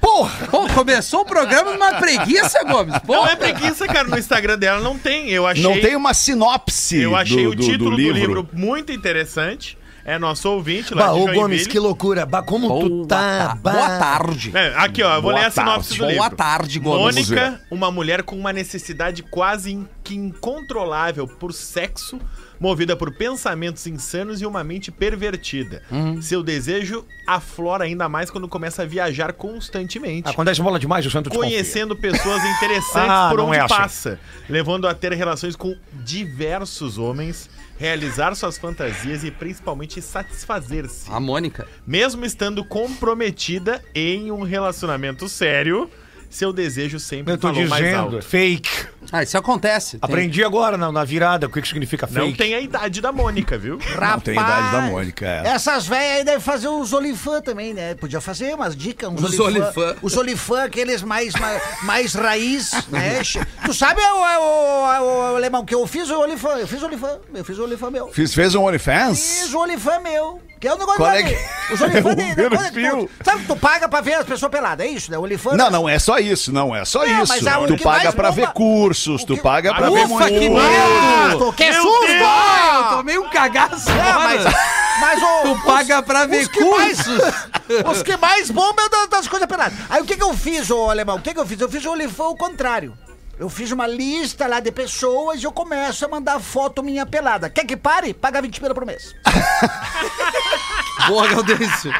[SPEAKER 5] Porra! Pô, começou o programa numa preguiça, Gomes. Pô,
[SPEAKER 8] Não é preguiça, cara. No Instagram dela não tem. Eu achei.
[SPEAKER 2] Não tem uma sinopse
[SPEAKER 8] Eu achei
[SPEAKER 2] do,
[SPEAKER 8] o
[SPEAKER 2] do-
[SPEAKER 8] título
[SPEAKER 2] do livro.
[SPEAKER 8] muito interessante. É nosso ouvinte lá
[SPEAKER 3] Bah,
[SPEAKER 8] de
[SPEAKER 3] ô
[SPEAKER 8] Joinville.
[SPEAKER 3] Gomes, que loucura. Bah, como tu
[SPEAKER 5] Boa,
[SPEAKER 3] tá.
[SPEAKER 5] ta-
[SPEAKER 3] bah.
[SPEAKER 5] boa tarde.
[SPEAKER 8] É, aqui, ó, eu vou
[SPEAKER 2] Boa
[SPEAKER 8] ler a sinopse
[SPEAKER 2] tarde.
[SPEAKER 8] do livro.
[SPEAKER 5] Boa tarde, Gomes.
[SPEAKER 8] Mônica, uma mulher com uma necessidade quase in- que incontrolável por sexo, movida por pensamentos insanos e uma mente pervertida.
[SPEAKER 9] Uhum.
[SPEAKER 8] Seu desejo aflora ainda mais quando começa a viajar constantemente.
[SPEAKER 9] Ah, quando esmola demais, o santo desconfia.
[SPEAKER 8] Conhecendo pessoas interessantes
[SPEAKER 9] (laughs) Ah,
[SPEAKER 8] por
[SPEAKER 9] não
[SPEAKER 8] onde
[SPEAKER 9] é assim.
[SPEAKER 8] passa, levando a ter relações com diversos homens, realizar suas fantasias e principalmente satisfazer-se.
[SPEAKER 5] A Mônica.
[SPEAKER 8] Mesmo estando comprometida em um relacionamento sério, seu desejo sempre
[SPEAKER 9] Eu tô
[SPEAKER 8] falou mais
[SPEAKER 9] dizendo, é
[SPEAKER 8] alto.
[SPEAKER 9] fake.
[SPEAKER 5] Ah, isso acontece. Tem-
[SPEAKER 9] Aprendi agora na, na virada o que, que significa fake.
[SPEAKER 8] Não tem a idade da Mônica, viu?
[SPEAKER 2] Não tem a idade da
[SPEAKER 3] Rapaz,
[SPEAKER 2] Mônica. é.
[SPEAKER 3] Essas velhas aí devem fazer os olifã também, né? Podia fazer umas dicas, uns
[SPEAKER 5] Os olifã.
[SPEAKER 3] Os olifã, aqueles mais, mais, mais raiz,
[SPEAKER 2] (laughs)
[SPEAKER 3] né? Che- Tu sabe, o, o, o, o alemão, que eu fiz o olifã, eu fiz o olifã, eu fiz o olifã meu.
[SPEAKER 2] Fiz, fez um OnlyFans?
[SPEAKER 3] Fiz o olifã meu, que é o negócio
[SPEAKER 2] Qual é (laughs)
[SPEAKER 3] ali.
[SPEAKER 2] que-
[SPEAKER 3] Os olifã
[SPEAKER 2] o
[SPEAKER 3] de-
[SPEAKER 2] perfil?
[SPEAKER 3] da coisa que tu, Sabe, tu paga pra ver as pessoas peladas, é isso, né? O olifã...
[SPEAKER 2] Não, não é só isso, não é só
[SPEAKER 3] Não,
[SPEAKER 2] isso.
[SPEAKER 3] mas a- o
[SPEAKER 2] tu
[SPEAKER 3] que
[SPEAKER 2] paga
[SPEAKER 3] mais
[SPEAKER 2] pra
[SPEAKER 3] bomba-
[SPEAKER 2] ver cursos,
[SPEAKER 3] o
[SPEAKER 2] tu
[SPEAKER 3] que-
[SPEAKER 2] paga pra ver
[SPEAKER 5] Ufa, que
[SPEAKER 2] muito.
[SPEAKER 3] Susto, que
[SPEAKER 8] Meu
[SPEAKER 3] susto!
[SPEAKER 8] Deus!
[SPEAKER 5] Ah, eu tomei um cagaço.
[SPEAKER 3] É, mas,
[SPEAKER 5] agora.
[SPEAKER 3] mas o,
[SPEAKER 5] Tu paga pra ver
[SPEAKER 3] os
[SPEAKER 2] (laughs)
[SPEAKER 3] que
[SPEAKER 5] cursos.
[SPEAKER 3] Mais, os que mais bombam é das, das coisas peladas. Aí o que que eu fiz, ô alemão? O que que eu fiz? Eu fiz o olifão ao contrário. Eu fiz uma lista lá de pessoas e eu começo a mandar foto minha pelada. Quer que pare? Paga 20 pila por mês.
[SPEAKER 5] Boa, Gaudêncio.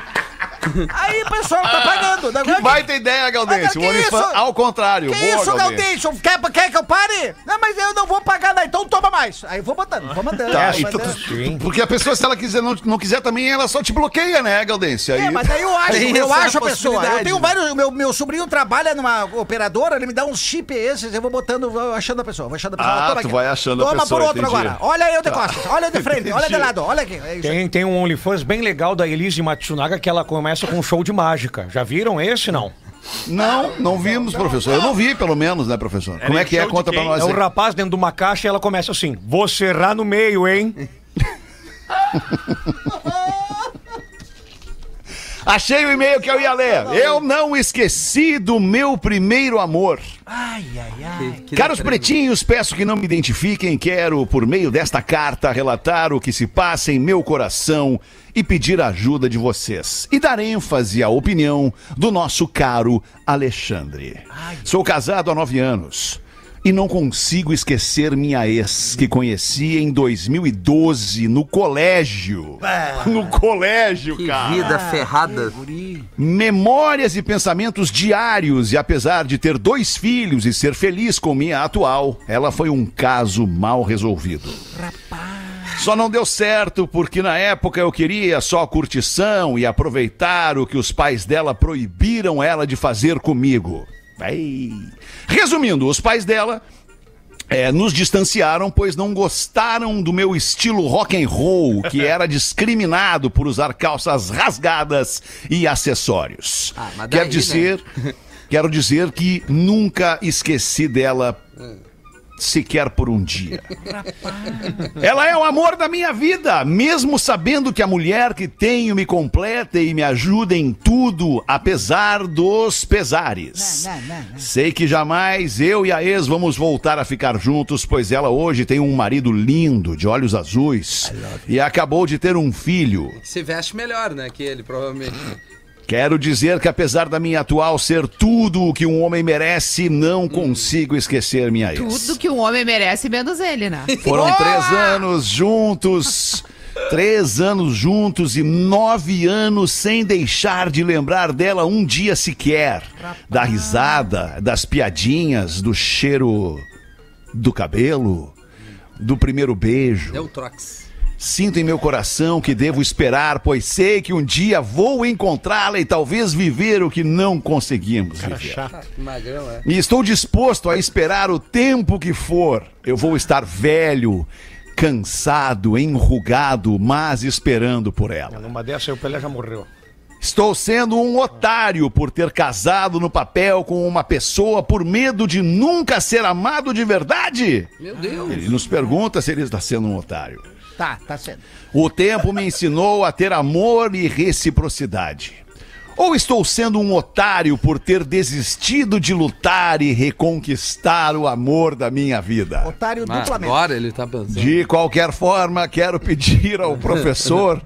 [SPEAKER 3] Aí o pessoal tá pagando. Né?
[SPEAKER 2] Ah, Que baita ideia,
[SPEAKER 3] Mas
[SPEAKER 2] Galdêncio.
[SPEAKER 3] que
[SPEAKER 2] O OnlyFans,
[SPEAKER 3] isso?
[SPEAKER 2] ao contrário.
[SPEAKER 3] Que
[SPEAKER 2] Boa,
[SPEAKER 3] isso,
[SPEAKER 2] Galdêncio.
[SPEAKER 3] Galdêncio? Quer, quer que eu pare? Não, mas eu não vou pagar, não. Então toma mais. Aí eu vou mandando, vou mandando.
[SPEAKER 2] Tá,
[SPEAKER 3] vou
[SPEAKER 2] então-
[SPEAKER 3] mandando.
[SPEAKER 9] Sim.
[SPEAKER 2] porque a pessoa, se ela quiser, não, não quiser também, ela só te bloqueia, né, Gaudêncio? Aí...
[SPEAKER 3] É, mas aí eu acho,
[SPEAKER 5] Tem
[SPEAKER 3] eu
[SPEAKER 5] essa
[SPEAKER 3] acho a pessoa. Eu tenho
[SPEAKER 5] possibilidade.
[SPEAKER 3] vários. Meu, meu sobrinho trabalha numa operadora, ele me dá uns chip esses, eu vou botando, vou achando a pessoa, vou achando a pessoa.
[SPEAKER 2] Ah, tu vai achando a
[SPEAKER 3] Toma
[SPEAKER 2] pessoa,
[SPEAKER 3] por outro
[SPEAKER 2] entendi.
[SPEAKER 3] agora. Olha eu de costas, olha eu de frente, olha de lado, olha aqui. É isso aí.
[SPEAKER 9] Tem, tem um OnlyFans bem legal da Elise Matsunaga que ela começa com um show de mágica. Já viram esse, não?
[SPEAKER 2] Não, não vimos, professor. Eu não vi, pelo menos, né, professor? Como é que é?
[SPEAKER 8] show de
[SPEAKER 2] Conta pra
[SPEAKER 8] quem?
[SPEAKER 2] nós
[SPEAKER 9] É um
[SPEAKER 2] aí.
[SPEAKER 9] rapaz dentro de uma caixa e ela começa assim, vou serrar no meio, hein?
[SPEAKER 2] Achei o e-mail que eu ia ler. Eu não esqueci do meu primeiro amor. Caros pretinhos, peço que não me identifiquem. Quero, por meio desta carta, relatar o que se passa em meu coração e pedir a ajuda de vocês. E dar ênfase à opinião do nosso caro Alexandre. Sou casado há nove anos. E não consigo esquecer minha ex, que conheci em 2012 no colégio. No colégio,
[SPEAKER 5] Que
[SPEAKER 2] cara.
[SPEAKER 5] vida ferrada.
[SPEAKER 2] Memórias e pensamentos diários, e apesar de ter dois filhos e ser feliz com minha atual, ela foi um caso mal resolvido. Só não deu certo porque na época eu queria só curtição e aproveitar o que os pais dela proibiram ela de fazer comigo. Ei. Resumindo, os pais dela é, nos distanciaram, pois não gostaram do meu estilo rock and roll,
[SPEAKER 5] (laughs)
[SPEAKER 2] que era discriminado por usar calças rasgadas e acessórios.
[SPEAKER 5] Ah, mas daí, né?
[SPEAKER 2] Quer
[SPEAKER 5] (laughs)
[SPEAKER 2] dizer, quero dizer que nunca esqueci dela
[SPEAKER 5] Ah.
[SPEAKER 2] sequer por um dia. Ela é o amor da minha vida, mesmo sabendo que a mulher que tenho me completa e me ajuda em tudo, apesar dos pesares. Sei que jamais eu e a ex vamos voltar a ficar juntos, pois ela hoje tem um marido lindo, de olhos azuis, e acabou de ter um filho.
[SPEAKER 5] Se veste melhor, né, que ele, provavelmente.
[SPEAKER 2] Quero dizer que apesar da minha atual ser tudo o que um homem merece, não consigo esquecer minha ex.
[SPEAKER 7] Tudo que um homem merece, menos ele, né?
[SPEAKER 2] Foram três anos juntos. Três anos juntos e nove anos sem deixar de lembrar dela um dia sequer. Da risada, das piadinhas, do cheiro do cabelo, do primeiro beijo.
[SPEAKER 5] Deu É trox.
[SPEAKER 2] Sinto em meu coração que devo esperar, pois sei que um dia vou encontrá-la e talvez viver o que não conseguimos viver.
[SPEAKER 5] Magrão, é.
[SPEAKER 2] E estou disposto a esperar o tempo que for. Eu vou estar velho, cansado, enrugado, mas esperando por ela.
[SPEAKER 9] Numa dessa, o Pelé já morreu.
[SPEAKER 2] Estou sendo um otário por ter casado no papel com uma pessoa por medo de nunca ser amado de verdade?
[SPEAKER 5] Meu Deus.
[SPEAKER 2] Ele nos pergunta se ele está sendo um otário.
[SPEAKER 12] Tá, tá sendo.
[SPEAKER 2] O tempo me ensinou a ter amor e reciprocidade. Ou estou sendo um otário por ter desistido de lutar e reconquistar o amor da minha vida?
[SPEAKER 12] Otário
[SPEAKER 5] Mas
[SPEAKER 12] duplamente.
[SPEAKER 5] agora ele tá pensando.
[SPEAKER 2] De qualquer forma, quero pedir ao professor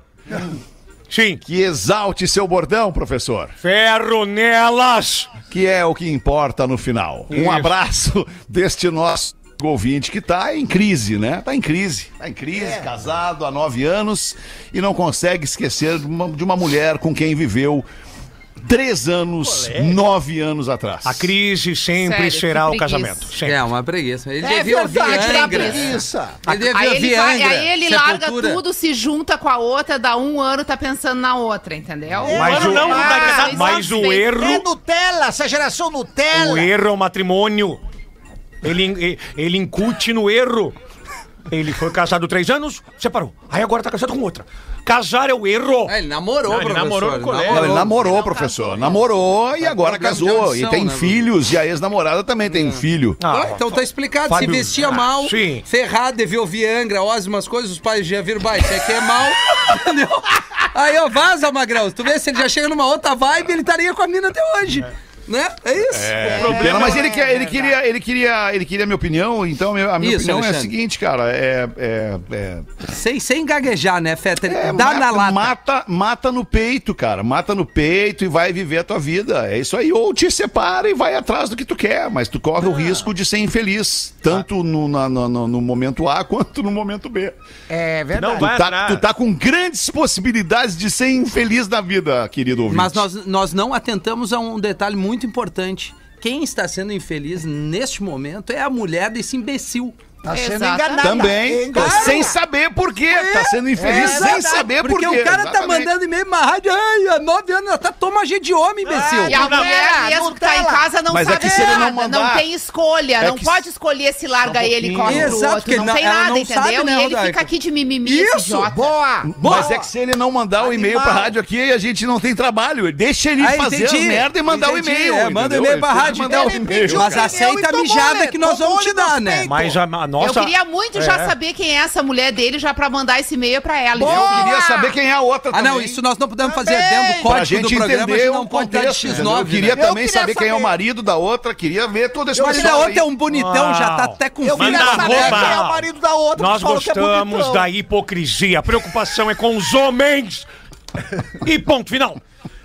[SPEAKER 9] Sim.
[SPEAKER 2] que exalte seu bordão, professor,
[SPEAKER 9] Ferro nelas!
[SPEAKER 2] que é o que importa no final. Um
[SPEAKER 9] Isso.
[SPEAKER 2] abraço (laughs) deste nosso ouvinte que tá em crise, né? Tá em crise. Tá em crise,
[SPEAKER 5] É.
[SPEAKER 2] casado há nove anos e não consegue esquecer de uma, de uma mulher com quem viveu três anos, nove anos atrás.
[SPEAKER 9] A crise sempre
[SPEAKER 7] Sério, que
[SPEAKER 9] será o
[SPEAKER 7] preguiça.
[SPEAKER 9] casamento. Sempre.
[SPEAKER 5] É, uma preguiça. Ele
[SPEAKER 12] É
[SPEAKER 5] devia ouvir
[SPEAKER 12] verdade,
[SPEAKER 3] tá
[SPEAKER 12] dá
[SPEAKER 5] Angra.
[SPEAKER 12] preguiça.
[SPEAKER 5] Ele devia
[SPEAKER 7] Aí
[SPEAKER 5] ouvir
[SPEAKER 7] ele, vai-
[SPEAKER 5] Angra.
[SPEAKER 7] aí ele larga
[SPEAKER 5] Sepultura.
[SPEAKER 7] tudo, se junta com a outra, dá um ano, tá pensando na outra, entendeu? Um
[SPEAKER 9] Mas
[SPEAKER 7] ano
[SPEAKER 9] o-
[SPEAKER 7] não,
[SPEAKER 9] mas-
[SPEAKER 7] dá dois
[SPEAKER 9] mas
[SPEAKER 7] anos,
[SPEAKER 9] o
[SPEAKER 7] vem-
[SPEAKER 9] erro-
[SPEAKER 12] É Nutella, essa geração Nutella.
[SPEAKER 9] O erro é o matrimônio. Ele, ele incute no erro. Ele foi casado três anos, separou. Aí agora tá casado com outra. Casar é o erro.
[SPEAKER 5] Ah, ele namorou,
[SPEAKER 4] ele
[SPEAKER 5] professor.
[SPEAKER 4] namorou no colégio.
[SPEAKER 2] Não, ele namorou, professor. Namorou e agora
[SPEAKER 5] né? Tá problema de
[SPEAKER 2] casou. E
[SPEAKER 5] audição,
[SPEAKER 2] tem
[SPEAKER 5] né,
[SPEAKER 2] filhos. E a ex-namorada também tem filho.
[SPEAKER 9] Ah,
[SPEAKER 5] Ah, então tá explicado,
[SPEAKER 9] Fábio-
[SPEAKER 5] se vestia
[SPEAKER 9] Ah,
[SPEAKER 5] mal,
[SPEAKER 9] sim.
[SPEAKER 5] ferrado, devia ouvir Angra, Oz, umas coisas, os pais já viram, vai, isso aqui é mal, (laughs) entendeu? Aí, ó, vaza, Magrão, tu vê, se ele já chega numa outra vibe, ele estaria com a mina até hoje, né? É isso?
[SPEAKER 2] Pena, mas
[SPEAKER 9] é
[SPEAKER 2] ele, quer- ele queria, ele queria, ele queria a minha opinião, então a minha
[SPEAKER 5] Isso,
[SPEAKER 2] opinião é a
[SPEAKER 5] Alexandre.
[SPEAKER 2] seguinte, cara, é, é- é-
[SPEAKER 5] Sem, sem gaguejar, né, Feta? Ele
[SPEAKER 2] é
[SPEAKER 5] Dá
[SPEAKER 2] mata,
[SPEAKER 5] na lata.
[SPEAKER 2] mata, mata no peito, cara, mata no peito e vai viver a tua vida, é isso aí, ou te separa e vai atrás do que tu quer, mas tu corre
[SPEAKER 5] Ah.
[SPEAKER 2] o risco de ser infeliz, tanto no, na- na- no- no momento A quanto no momento B.
[SPEAKER 12] É verdade.
[SPEAKER 4] Não vai
[SPEAKER 2] Tu tá,
[SPEAKER 4] atrás.
[SPEAKER 2] tu tá com grandes possibilidades de ser infeliz na vida, querido ouvinte.
[SPEAKER 5] Mas nós, nós não atentamos a um detalhe muito importante. Quem está sendo infeliz neste momento é a mulher desse imbecil.
[SPEAKER 12] Tá sendo
[SPEAKER 7] Exato.
[SPEAKER 12] enganada.
[SPEAKER 2] Também,
[SPEAKER 12] Enganada.
[SPEAKER 2] sem saber por quê, tá sendo
[SPEAKER 5] É
[SPEAKER 2] infeliz sem
[SPEAKER 5] verdade,
[SPEAKER 2] saber por quê.
[SPEAKER 5] Porque o cara tá
[SPEAKER 2] Exatamente.
[SPEAKER 5] mandando e-mail pra rádio, ai, há nove anos, ela tá toma G de homem, imbecil.
[SPEAKER 7] Ah, E a
[SPEAKER 12] Não,
[SPEAKER 7] mulher mesmo que tá em
[SPEAKER 12] Nutella.
[SPEAKER 7] casa não
[SPEAKER 2] Mas é
[SPEAKER 7] sabe
[SPEAKER 2] que se ele não
[SPEAKER 7] nada,
[SPEAKER 2] mandar-
[SPEAKER 7] não tem escolha,
[SPEAKER 2] É
[SPEAKER 7] não
[SPEAKER 2] que- um
[SPEAKER 7] pode escolher se larga ele e corre pro
[SPEAKER 5] Exato,
[SPEAKER 7] outro,
[SPEAKER 5] porque
[SPEAKER 7] não,
[SPEAKER 5] não-
[SPEAKER 7] tem
[SPEAKER 5] ela
[SPEAKER 7] nada,
[SPEAKER 5] não
[SPEAKER 7] entendeu?
[SPEAKER 5] sabe, né,
[SPEAKER 7] e ele
[SPEAKER 5] Rodaica?
[SPEAKER 7] fica aqui de mimimi, esse
[SPEAKER 5] Isso,
[SPEAKER 7] idiota.
[SPEAKER 12] Boa.
[SPEAKER 2] Mas é que se ele não mandar o e-mail pra rádio aqui, a gente não tem trabalho. Deixa ele
[SPEAKER 5] Ah,
[SPEAKER 2] fazer
[SPEAKER 5] entendi.
[SPEAKER 2] as merda e mandar
[SPEAKER 5] Entendi.
[SPEAKER 2] o e-mail.
[SPEAKER 5] É, manda
[SPEAKER 2] entendeu?
[SPEAKER 5] e-mail pra
[SPEAKER 2] Ele
[SPEAKER 5] rádio,
[SPEAKER 2] precisa mandar
[SPEAKER 5] então.
[SPEAKER 2] o e-mail.
[SPEAKER 5] Mas
[SPEAKER 2] cara.
[SPEAKER 5] aceita a
[SPEAKER 12] Tomou,
[SPEAKER 5] mijada
[SPEAKER 12] né?
[SPEAKER 5] que nós
[SPEAKER 12] Tomou
[SPEAKER 5] vamos te
[SPEAKER 12] olho nos
[SPEAKER 5] dar, né?
[SPEAKER 12] peitos.
[SPEAKER 9] mas a, a nossa.
[SPEAKER 7] Eu queria muito já
[SPEAKER 9] É.
[SPEAKER 7] saber quem é essa mulher dele, já pra mandar esse e-mail pra ela.
[SPEAKER 2] Eu
[SPEAKER 7] entendeu?
[SPEAKER 2] queria saber quem é a outra
[SPEAKER 5] Ah,
[SPEAKER 2] também.
[SPEAKER 5] não, isso nós não podemos fazer É dentro do
[SPEAKER 2] Pra
[SPEAKER 5] código
[SPEAKER 2] gente
[SPEAKER 5] do programa, a
[SPEAKER 2] entender
[SPEAKER 5] gente
[SPEAKER 2] o
[SPEAKER 5] não pode dar de
[SPEAKER 2] contexto. entendeu?
[SPEAKER 5] X9.
[SPEAKER 2] Eu queria
[SPEAKER 5] né?
[SPEAKER 2] também saber quem é o marido da outra, queria ver todo esse
[SPEAKER 5] Mas a
[SPEAKER 2] pessoal aí.
[SPEAKER 5] outra é um bonitão, já tá até com
[SPEAKER 3] Eu
[SPEAKER 5] filho.
[SPEAKER 3] queria
[SPEAKER 14] Manda
[SPEAKER 3] saber
[SPEAKER 14] roupa.
[SPEAKER 3] quem é o marido da outra.
[SPEAKER 9] Nós
[SPEAKER 3] que falou que é
[SPEAKER 9] gostamos
[SPEAKER 3] bonitão.
[SPEAKER 9] da hipocrisia. A preocupação é com os homens. E ponto final.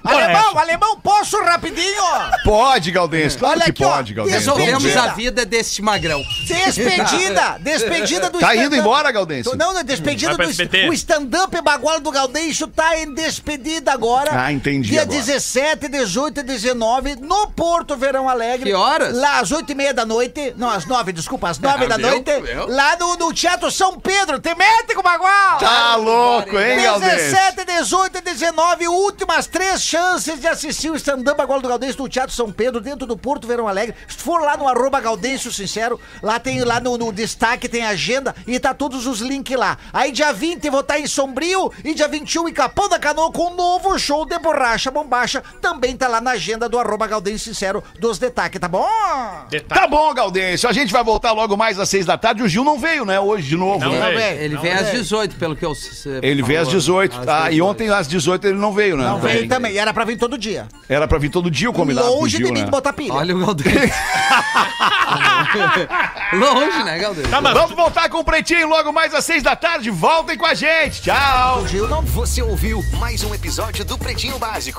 [SPEAKER 9] Olha
[SPEAKER 3] Alemão,
[SPEAKER 9] essa.
[SPEAKER 3] alemão, posso rapidinho?
[SPEAKER 2] Pode, Galdêncio, claro
[SPEAKER 3] Olha
[SPEAKER 2] que
[SPEAKER 3] aqui, ó,
[SPEAKER 2] pode, Galdêncio.
[SPEAKER 5] Resolvemos a
[SPEAKER 3] Despedida.
[SPEAKER 5] vida deste magrão.
[SPEAKER 2] (laughs)
[SPEAKER 3] Despedida! Despedida do
[SPEAKER 2] Tá indo
[SPEAKER 3] stand-up.
[SPEAKER 2] embora, Gaudêncio?
[SPEAKER 3] Tô- Não, não, despedida
[SPEAKER 14] Vai pra
[SPEAKER 3] do
[SPEAKER 14] SBT.
[SPEAKER 3] o stand-up bagual do Gaudêncio tá em despedida agora.
[SPEAKER 2] Ah, entendi
[SPEAKER 3] Dia
[SPEAKER 2] agora.
[SPEAKER 3] 17, 18 e 19, no Porto Verão Alegre.
[SPEAKER 5] Que horas?
[SPEAKER 3] Lá às 8 e meia da noite. Não, às 9, desculpa, às
[SPEAKER 14] Ah,
[SPEAKER 3] 9 da
[SPEAKER 5] meu,
[SPEAKER 3] noite.
[SPEAKER 5] meu.
[SPEAKER 3] Lá no, no Teatro São Pedro. Tem médico, bagual!
[SPEAKER 2] Tá louco, hein, Galdêncio?
[SPEAKER 3] 17, 18 e 19, últimas três chances de assistir o stand-up agora do Gaudêncio no Teatro São Pedro, dentro do Porto Verão Alegre. Se tu for lá no arroba Gaudêncio Sincero, lá tem lá no, no destaque, tem agenda e tá todos os links lá. Aí dia 20 vou estar em Sombrio e dia 21 em Capão da Canoa com um novo show de borracha bombacha. Também tá lá na agenda do arroba Gaudêncio Sincero dos destaques, tá bom?
[SPEAKER 2] Tá bom, Gaudêncio. A gente vai voltar logo mais às seis da tarde. O Gil não veio, né? Hoje de novo,
[SPEAKER 14] Não
[SPEAKER 2] né?
[SPEAKER 14] veio.
[SPEAKER 5] Ele vem às 18, pelo que eu se-
[SPEAKER 2] Ele veio às
[SPEAKER 5] falou.
[SPEAKER 2] 18.
[SPEAKER 5] Às
[SPEAKER 2] Ah, e
[SPEAKER 5] 18.
[SPEAKER 2] ontem às 18 ele não veio, né?
[SPEAKER 3] Não veio também, e era pra vir todo dia.
[SPEAKER 2] Era pra vir todo dia o combinado com o
[SPEAKER 3] Longe
[SPEAKER 2] Gil,
[SPEAKER 3] de mim
[SPEAKER 2] né?
[SPEAKER 3] de botar pilha.
[SPEAKER 5] Olha
[SPEAKER 2] (laughs)
[SPEAKER 5] o Galdêncio. Longe, né, Galdêncio?
[SPEAKER 14] Tá, mas
[SPEAKER 2] Vamos voltar com o Pretinho logo mais às seis da tarde. Voltem com a gente. Tchau.
[SPEAKER 3] O Gil não
[SPEAKER 15] Você ouviu mais um episódio do Pretinho Básico.